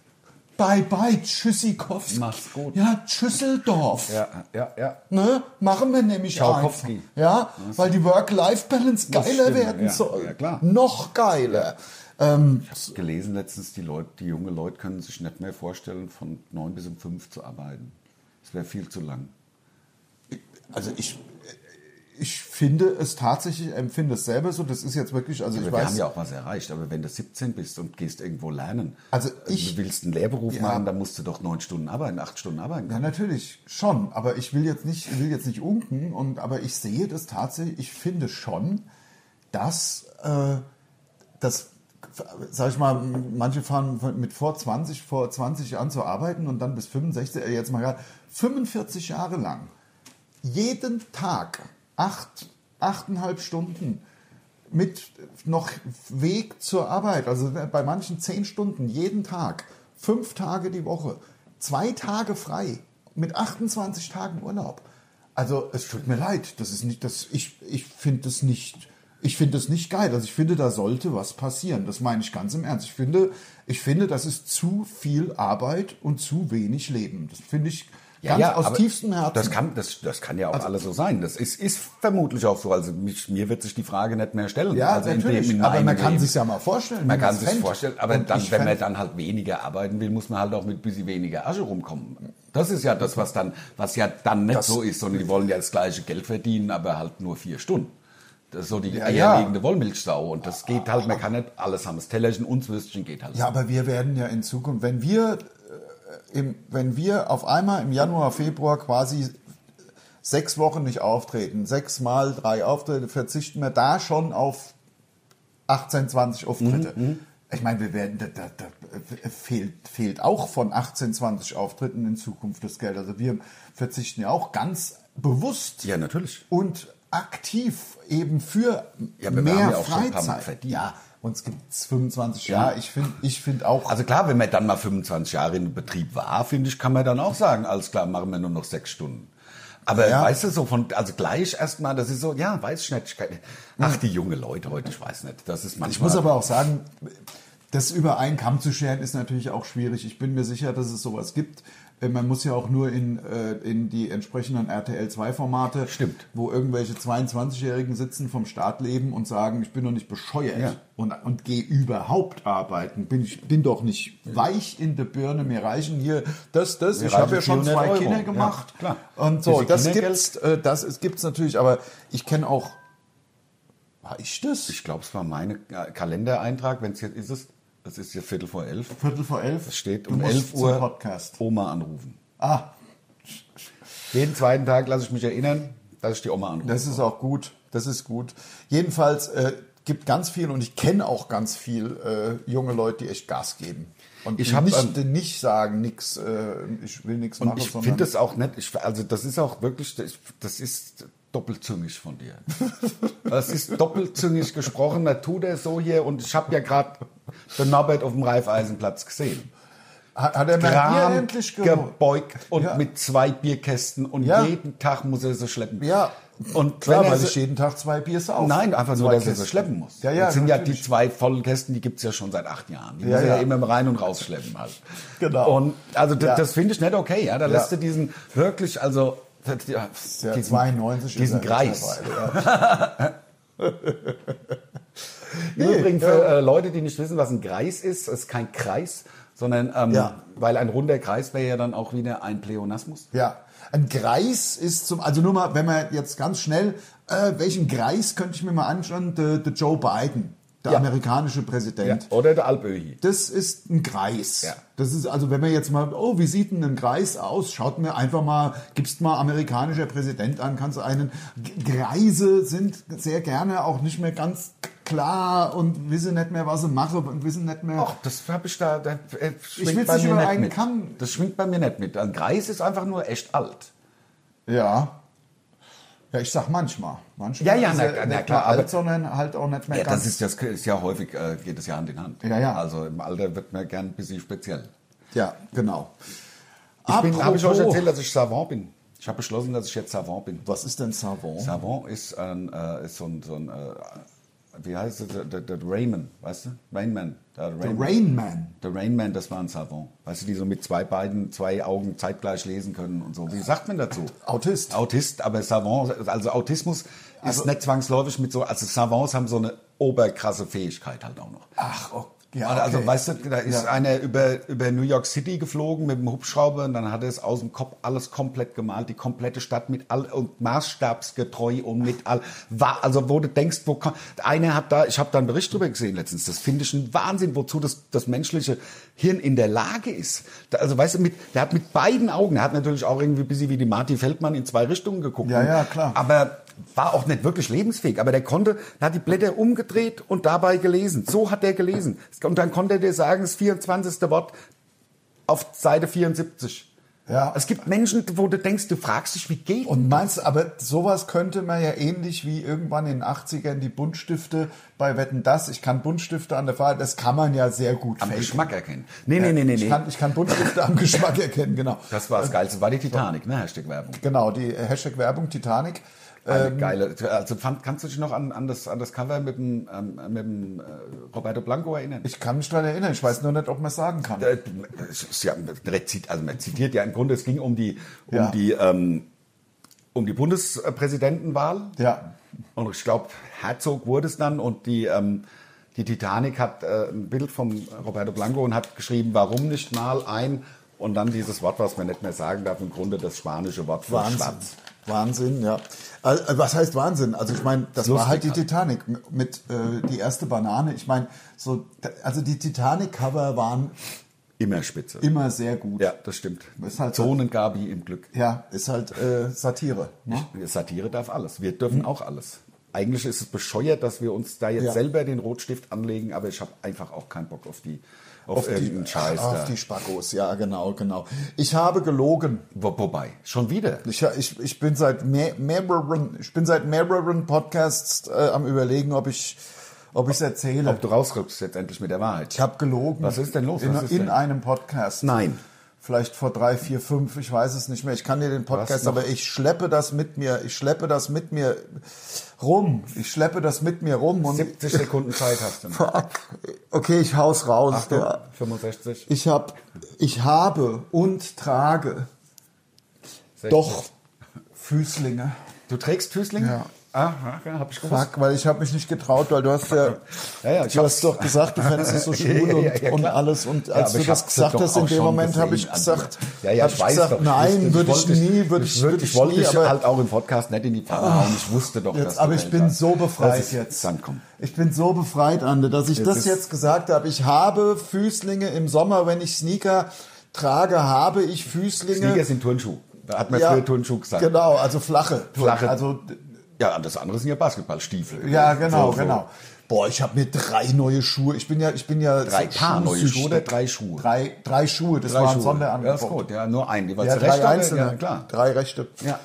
Speaker 3: bye bye Tschüssikowski.
Speaker 4: Mach's gut.
Speaker 3: Ja, Tschüsseldorf.
Speaker 4: Ja, ja, ja.
Speaker 3: Ne? Machen wir nämlich einfach.
Speaker 4: Tschaikowski.
Speaker 3: Ja, weil die Work-Life-Balance
Speaker 4: Muss
Speaker 3: geiler
Speaker 4: stimmen,
Speaker 3: werden
Speaker 4: ja.
Speaker 3: soll.
Speaker 4: Ja, klar.
Speaker 3: Noch geiler. Ähm,
Speaker 4: Gelesen letztens, die Leute, die junge Leute können sich nicht mehr vorstellen, von neun bis um fünf zu arbeiten. Das wäre viel zu lang.
Speaker 3: Also ich, ich finde es tatsächlich, empfinde es selber so. Das ist jetzt wirklich, also ich
Speaker 4: Aber wir
Speaker 3: weiß,
Speaker 4: haben ja auch was erreicht, aber wenn du 17 bist und gehst irgendwo lernen,
Speaker 3: Also
Speaker 4: äh,
Speaker 3: ich-
Speaker 4: du willst einen Lehrberuf
Speaker 3: Ja.
Speaker 4: machen, dann musst du doch neun Stunden arbeiten, acht Stunden arbeiten.
Speaker 3: ja natürlich schon, aber ich will jetzt nicht, ich will jetzt nicht unken und aber ich sehe das tatsächlich. Ich finde schon, dass äh, das, sag ich mal, manche fahren mit vor 20, vor 20 Jahren zu arbeiten und dann bis 65, äh, jetzt mal gerade 45 Jahre lang jeden Tag acht, achteinhalb Stunden mit noch Weg zur Arbeit, also bei manchen zehn Stunden jeden Tag, fünf Tage die Woche, zwei Tage frei, mit 28 Tagen Urlaub. Also es tut mir leid, das ist nicht, das, ich, ich finde das nicht, ich finde das nicht geil. Also ich finde, da sollte was passieren. Das meine ich ganz im Ernst. Ich finde, ich finde, das ist zu viel Arbeit und zu wenig Leben. Das finde ich ganz aus
Speaker 4: aber
Speaker 3: tiefstem Herzen. Also
Speaker 4: Das kann, das, das kann ja auch alles so sein. Das ist, ist vermutlich auch so. Also mich, mir wird sich die Frage nicht mehr stellen.
Speaker 3: Ja,
Speaker 4: also in dem-
Speaker 3: natürlich.
Speaker 4: in
Speaker 3: aber
Speaker 4: meinem
Speaker 3: man kann
Speaker 4: Leben.
Speaker 3: sich ja mal vorstellen.
Speaker 4: man
Speaker 3: wie
Speaker 4: kann
Speaker 3: man's
Speaker 4: sich
Speaker 3: fänd.
Speaker 4: vorstellen, aber
Speaker 3: Und ich
Speaker 4: dann, wenn man
Speaker 3: fänd-
Speaker 4: dann halt weniger arbeiten will, muss man halt auch mit ein bisschen weniger Asche rumkommen. Das ist ja das, was dann, was ja dann nicht
Speaker 3: Das-
Speaker 4: so ist, sondern die wollen ja das gleiche Geld verdienen, aber halt nur vier Stunden. Das ist so die
Speaker 3: Ja, ja.
Speaker 4: eierlegende Wollmilchsau. Und das geht halt, man kann nicht alles haben. Das Tellerchen und das Würstchen geht halt.
Speaker 3: Ja, aber wir werden ja in Zukunft, wenn wir, äh, im, wenn wir auf einmal im Januar, Februar quasi sechs Wochen nicht auftreten, sechs mal drei Auftritte, verzichten wir da schon auf 18, 20 Auftritte.
Speaker 4: Mhm,
Speaker 3: Ich meine, wir werden, da, da, da fehlt, fehlt auch von 18, 20 Auftritten in Zukunft das Geld. Also wir verzichten ja auch ganz bewusst
Speaker 4: Ja, natürlich.
Speaker 3: und aktiv eben für
Speaker 4: Ja, aber wir
Speaker 3: mehr
Speaker 4: haben ja auch schon ein paar Mal
Speaker 3: Freizeit.
Speaker 4: verdient.
Speaker 3: Ja, uns gibt es 25
Speaker 4: Ja.
Speaker 3: Jahre. Ich finde ich find auch,
Speaker 4: Also klar, wenn man dann mal 25 Jahre in Betrieb war, finde ich, kann man dann auch sagen, alles klar, machen wir nur noch sechs Stunden. Aber
Speaker 3: Ja.
Speaker 4: weißt du, so von, also gleich erstmal, das ist so, ja, weiß ich nicht. ich kann- Ach, die junge Leute heute, ich weiß nicht. Das ist manchmal.
Speaker 3: Hm. ich muss aber auch sagen, das über einen Kamm zu scheren ist natürlich auch schwierig. Ich bin mir sicher, dass es sowas gibt. Äh, Man muss ja auch nur in, äh, in die entsprechenden RTL-2-Formate,
Speaker 4: Stimmt.
Speaker 3: wo irgendwelche 22-Jährigen sitzen, vom Staat leben und sagen, ich bin doch nicht bescheuert
Speaker 4: Ja.
Speaker 3: und, und gehe überhaupt arbeiten. Bin, ich bin doch nicht weich in der Birne, mir reichen hier das, das.
Speaker 4: Mir
Speaker 3: ich habe
Speaker 4: reichen
Speaker 3: ja schon
Speaker 4: 400
Speaker 3: zwei
Speaker 4: Euro.
Speaker 3: Kinder
Speaker 4: Ja,
Speaker 3: gemacht.
Speaker 4: klar.
Speaker 3: Und so,
Speaker 4: Diese
Speaker 3: das
Speaker 4: Kindergeld-
Speaker 3: gibt's, äh, das ist- gibt's natürlich, aber ich kenne auch, war ich das?
Speaker 4: Ich glaube, es war mein äh, Kalendereintrag, wenn es jetzt ist, es, es ist jetzt Viertel vor elf.
Speaker 3: Viertel vor elf.
Speaker 4: Es steht
Speaker 3: Du
Speaker 4: um
Speaker 3: musst
Speaker 4: 11
Speaker 3: zum
Speaker 4: Uhr
Speaker 3: Podcast.
Speaker 4: Oma anrufen.
Speaker 3: Ah,
Speaker 4: Jeden zweiten Tag lasse ich mich erinnern, dass ich die Oma anrufe.
Speaker 3: Das ist auch gut. Das ist gut. Jedenfalls äh, gibt ganz viel und ich kenne auch ganz viel äh, junge Leute, die echt Gas geben. Und
Speaker 4: Ich
Speaker 3: die
Speaker 4: hab,
Speaker 3: nicht, die nicht sagen, nix, äh, ich will nichts machen,
Speaker 4: Und ich
Speaker 3: sondern
Speaker 4: finde das auch nett. Ich, also das ist auch wirklich, das- das ist doppelzüngig von dir. Das ist doppelzüngig gesprochen. Da tut er so hier und ich habe ja gerade den Norbert auf dem Raiffeisenplatz gesehen.
Speaker 3: hat, hat er mal hier
Speaker 4: Gram
Speaker 3: endlich geholt.
Speaker 4: gebeugt und
Speaker 3: Ja.
Speaker 4: mit zwei Bierkästen und
Speaker 3: Ja.
Speaker 4: jeden Tag muss er sie schleppen.
Speaker 3: Ja,
Speaker 4: Und
Speaker 3: klar,
Speaker 4: wenn er
Speaker 3: weil
Speaker 4: sie-
Speaker 3: ich jeden Tag zwei Bier saufe.
Speaker 4: Nein, einfach nur,
Speaker 3: Zwei
Speaker 4: dass er sie
Speaker 3: Kästen.
Speaker 4: schleppen muss.
Speaker 3: Ja, ja,
Speaker 4: das sind ja
Speaker 3: natürlich.
Speaker 4: die zwei vollen Kästen, die gibt's ja schon seit acht Jahren. Die
Speaker 3: Ja,
Speaker 4: muss er ja
Speaker 3: ja.
Speaker 4: immer mal rein und rausschleppen halt.
Speaker 3: Genau.
Speaker 4: Und also d-
Speaker 3: Ja.
Speaker 4: das finde ich nicht okay, ja. Da lässt du diesen wirklich, also d- d-
Speaker 3: Ja, 92 ist
Speaker 4: diesen
Speaker 3: er
Speaker 4: Kreis.
Speaker 3: mittlerweile, ja. Nee,
Speaker 4: Übrigens,
Speaker 3: ja.
Speaker 4: für äh, Leute, die nicht wissen, was ein Kreis ist, ist kein Kreis, sondern ähm,
Speaker 3: Ja.
Speaker 4: weil ein runder Kreis wäre ja dann auch wieder ein Pleonasmus.
Speaker 3: Ja, ein Greis ist zum, also nur mal, wenn man jetzt ganz schnell, äh, welchen Greis könnte ich mir mal anschauen? Der der Joe Biden, der
Speaker 4: Ja.
Speaker 3: amerikanische Präsident.
Speaker 4: Oder der Alpöhi.
Speaker 3: Das ist ein Kreis.
Speaker 4: Ja.
Speaker 3: Das ist also, wenn man jetzt mal, oh, wie sieht denn ein Kreis aus? Schaut mir einfach mal, gibst mal amerikanischer Präsident an, kannst du einen. Kreise sind sehr gerne auch nicht mehr ganz klar und wissen nicht mehr, was sie machen und wissen nicht mehr.
Speaker 4: Ach, das habe ich da. da äh, schwingt
Speaker 3: will's
Speaker 4: bei
Speaker 3: nicht
Speaker 4: mir
Speaker 3: über
Speaker 4: nicht
Speaker 3: einen
Speaker 4: mit.
Speaker 3: Kamm.
Speaker 4: Das schwingt bei mir nicht mit. Ein Kreis ist einfach nur echt alt.
Speaker 3: Ja. Ja, ich sag manchmal. Manchmal
Speaker 4: Ja, ja,
Speaker 3: ist
Speaker 4: na-
Speaker 3: er
Speaker 4: na
Speaker 3: nicht
Speaker 4: klar,
Speaker 3: mehr alt,
Speaker 4: aber-
Speaker 3: sondern halt auch nicht mehr
Speaker 4: Ja,
Speaker 3: ganz.
Speaker 4: das ist, das ist ja häufig, äh, geht es ja Hand in Hand.
Speaker 3: Ja, ja.
Speaker 4: Also im Alter wird man gern ein bisschen speziell.
Speaker 3: ja, genau.
Speaker 4: Ich bin, habe ich euch
Speaker 3: Apropos-
Speaker 4: erzählt, dass ich Savant bin. Ich habe beschlossen, dass ich jetzt Savant bin.
Speaker 3: Was ist denn Savon?
Speaker 4: Savant ist, ein, äh, ist so ein, so ein äh, wie heißt es, der, der, der Raymond, weißt du? Rainman. Der Rainman.
Speaker 3: Rain Man.
Speaker 4: Der Rainman, das war ein Savant. Weißt du, die so mit zwei beiden, zwei Augen zeitgleich lesen können und so. Wie sagt man dazu?
Speaker 3: Autist.
Speaker 4: Autist, aber Savant, also Autismus ist nicht zwangsläufig mit so, also Savants haben so eine oberkrasse Fähigkeit halt auch noch.
Speaker 3: Ach, okay. Ja,
Speaker 4: Also
Speaker 3: okay.
Speaker 4: weißt du, da ist
Speaker 3: Ja.
Speaker 4: einer über, über New York City geflogen mit dem Hubschrauber und dann hat er es aus dem Kopf alles komplett gemalt, die komplette Stadt mit all und maßstabsgetreu und mit all war, also wo du denkst, wo kann, einer hat da, ich habe da einen Bericht drüber gesehen letztens, das finde ich ein Wahnsinn, wozu das, das menschliche Hirn in der Lage ist. Da, also weißt du, mit, der hat mit beiden Augen, der hat natürlich auch irgendwie ein bisschen wie die Marti Feldmann in zwei Richtungen geguckt.
Speaker 3: Ja, ja, klar.
Speaker 4: Aber war auch nicht wirklich lebensfähig. Aber der konnte, der hat die Blätter umgedreht und dabei gelesen. So hat er gelesen. Und dann konnte er dir sagen, das 24. Wort auf Seite 74.
Speaker 3: Ja.
Speaker 4: Es gibt Menschen, wo du denkst, du fragst dich, wie geht
Speaker 3: Und meinst du, aber sowas könnte man ja ähnlich wie irgendwann in den 80ern die Buntstifte bei Wetten das, ich kann Buntstifte an der Fahrt, das kann man ja sehr gut
Speaker 4: am
Speaker 3: faken.
Speaker 4: Geschmack erkennen. Nee, nee, nee, nee,
Speaker 3: Ich
Speaker 4: nee.
Speaker 3: kann, ich kann Buntstifte am Geschmack erkennen, genau.
Speaker 4: Das war das Geilste. War die Titanic, ne? Hashtag Werbung.
Speaker 3: Genau, die äh, Hashtag Werbung Titanic.
Speaker 4: Eine
Speaker 3: Ähm,
Speaker 4: geile. Also fand, kannst du dich noch an, an, das, an das Cover mit dem, ähm, mit dem äh, Roberto Blanco erinnern?
Speaker 3: Ich kann mich daran erinnern, ich weiß nur nicht, ob man es sagen kann.
Speaker 4: Äh, es ist ja- man zit- also man zitiert ja im Grunde, es ging um die, um
Speaker 3: Ja.
Speaker 4: die, ähm, um die Bundespräsidentenwahl.
Speaker 3: Ja.
Speaker 4: Und ich glaube, Herzog wurde es dann und die, ähm, die Titanic hat äh, ein Bild von Roberto Blanco und hat geschrieben, warum nicht mal ein und dann dieses Wort, was man nicht mehr sagen darf, im Grunde das spanische Wort für
Speaker 3: Wahnsinn.
Speaker 4: schwarz.
Speaker 3: Wahnsinn, ja. Also, äh, was heißt Wahnsinn? Also ich meine, das war
Speaker 4: Lustig
Speaker 3: halt die
Speaker 4: halt.
Speaker 3: Titanic m- mit äh, die erste Banane. Ich meine, so da- also die Titanic-Cover waren
Speaker 4: Immer spitze.
Speaker 3: immer sehr gut.
Speaker 4: ja, das stimmt.
Speaker 3: Ist halt so.
Speaker 4: Zonengabi im Glück.
Speaker 3: Ja, ist halt äh, Satire. Ne?
Speaker 4: Satire darf alles. Wir dürfen auch alles. Eigentlich ist es bescheuert, dass wir uns da jetzt
Speaker 3: Hm. Ja.
Speaker 4: selber den Rotstift anlegen, aber ich habe einfach auch keinen Bock auf die auf, irgendeinen Scheiß
Speaker 3: auf
Speaker 4: da.
Speaker 3: die Spackos, ja, genau, genau. Ich habe gelogen.
Speaker 4: Wo, wobei, schon wieder.
Speaker 3: Ich, ich, ich bin seit mehr- mehreren, ich bin seit mehreren Podcasts äh, am überlegen, ob ich ob ich es erzähle.
Speaker 4: Ob du rausrückst jetzt endlich mit der Wahrheit.
Speaker 3: ich habe gelogen.
Speaker 4: Was ist denn los?
Speaker 3: In,
Speaker 4: Was ist
Speaker 3: in
Speaker 4: denn?
Speaker 3: einem Podcast.
Speaker 4: Nein.
Speaker 3: vielleicht vor drei, vier, fünf, ich weiß es nicht mehr. Ich kann dir den Podcast, aber ich schleppe das mit mir, ich schleppe das mit mir rum. Ich schleppe das mit mir rum und
Speaker 4: 70 Sekunden Zeit hast du. noch.
Speaker 3: fuck. Okay, ich hau's raus.
Speaker 4: Achtung, 65.
Speaker 3: Ich hab, ich habe und trage
Speaker 4: 60.
Speaker 3: doch Füßlinge.
Speaker 4: Du trägst Füßlinge?
Speaker 3: Ja.
Speaker 4: Aha, ja, hab ich gewusst.
Speaker 3: Fuck, weil ich habe mich nicht getraut, weil du hast ja,
Speaker 4: Ja, ja, ich
Speaker 3: du hast
Speaker 4: hab's-
Speaker 3: doch gesagt, du fändest es so
Speaker 4: Ja, ja,
Speaker 3: schwul und,
Speaker 4: ja, ja,
Speaker 3: und
Speaker 4: klar.
Speaker 3: alles. Und
Speaker 4: Ja,
Speaker 3: als
Speaker 4: aber
Speaker 3: du
Speaker 4: ich
Speaker 3: das
Speaker 4: hab's
Speaker 3: gesagt
Speaker 4: doch
Speaker 3: hast, in
Speaker 4: auch
Speaker 3: dem
Speaker 4: schon
Speaker 3: Moment habe ich
Speaker 4: gesehen an dir.
Speaker 3: gesagt,
Speaker 4: ja, ja,
Speaker 3: hab
Speaker 4: ich weiß
Speaker 3: gesagt,
Speaker 4: doch.
Speaker 3: nein, würde ich
Speaker 4: wollte
Speaker 3: nie, würde ich,
Speaker 4: ich, wollte-
Speaker 3: würd ich
Speaker 4: wollte
Speaker 3: nie,
Speaker 4: dich
Speaker 3: aber Ah,
Speaker 4: halt auch im Podcast nicht in die Pfanne hauen. Ich wusste doch, dass
Speaker 3: Jetzt,
Speaker 4: du
Speaker 3: aber ich
Speaker 4: Welt
Speaker 3: bin
Speaker 4: hast.
Speaker 3: so befreit
Speaker 4: Das ist-
Speaker 3: jetzt.
Speaker 4: Dann komm.
Speaker 3: Ich bin so befreit, Ande, dass ich das
Speaker 4: ist-
Speaker 3: jetzt gesagt habe. Ich habe Füßlinge im Sommer, wenn ich Sneaker trage, habe ich Füßlinge.
Speaker 4: Sneaker sind Turnschuh. Da hat man
Speaker 3: Ja,
Speaker 4: früher Turnschuh gesagt.
Speaker 3: Genau, also flache. Turn-
Speaker 4: Flache.
Speaker 3: Also
Speaker 4: Ja, das andere sind ja Basketballstiefel.
Speaker 3: ja, genau,
Speaker 4: So, so.
Speaker 3: genau. Boah, ich habe mir drei neue Schuhe. Ich bin ja, ich bin ja
Speaker 4: Drei
Speaker 3: so
Speaker 4: Paar neue
Speaker 3: schuhsüchtig.
Speaker 4: Schuhe oder drei Schuhe?
Speaker 3: Drei, drei Schuhe. Das
Speaker 4: Drei
Speaker 3: war ein
Speaker 4: Schuhe.
Speaker 3: Sonderangebot.
Speaker 4: Ja, ist gut. Ja, nur ein. Jeweils
Speaker 3: Ja,
Speaker 4: der
Speaker 3: drei
Speaker 4: rechte,
Speaker 3: einzelne.
Speaker 4: Ja, klar.
Speaker 3: Drei Rechte.
Speaker 4: Ja.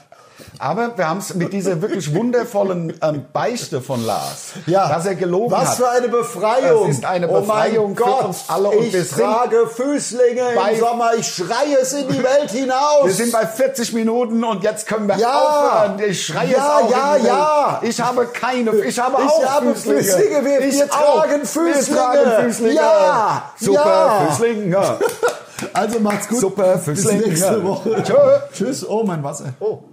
Speaker 4: Aber wir haben es mit dieser wirklich wundervollen ähm, Beichte von Lars, dass er gelogen
Speaker 3: Was
Speaker 4: hat.
Speaker 3: für eine Befreiung.
Speaker 4: Das ist eine
Speaker 3: oh mein
Speaker 4: Befreiung für
Speaker 3: Gott.
Speaker 4: uns alle und
Speaker 3: ich
Speaker 4: wir sind
Speaker 3: trage Füßlinge
Speaker 4: bei-
Speaker 3: im Sommer. Ich schreie es in die Welt hinaus.
Speaker 4: wir sind bei 40 Minuten und jetzt können wir
Speaker 3: Ja.
Speaker 4: aufhören. Ich schreie
Speaker 3: Ja,
Speaker 4: es auch
Speaker 3: ja,
Speaker 4: in die Welt.
Speaker 3: ja.
Speaker 4: Ich habe keine, ich habe
Speaker 3: Ich
Speaker 4: auch
Speaker 3: habe Füßlinge. Wir-
Speaker 4: ich
Speaker 3: wir
Speaker 4: auch.
Speaker 3: tragen Füßlinge.
Speaker 4: Wir tragen Füßlinge.
Speaker 3: Ja,
Speaker 4: Super
Speaker 3: ja.
Speaker 4: Füßlinge.
Speaker 3: also macht's gut.
Speaker 4: Super
Speaker 3: Bis
Speaker 4: Füßlinge.
Speaker 3: nächste Woche.
Speaker 4: Tschö.
Speaker 3: Tschüss. Oh, mein Wasser.
Speaker 4: Oh.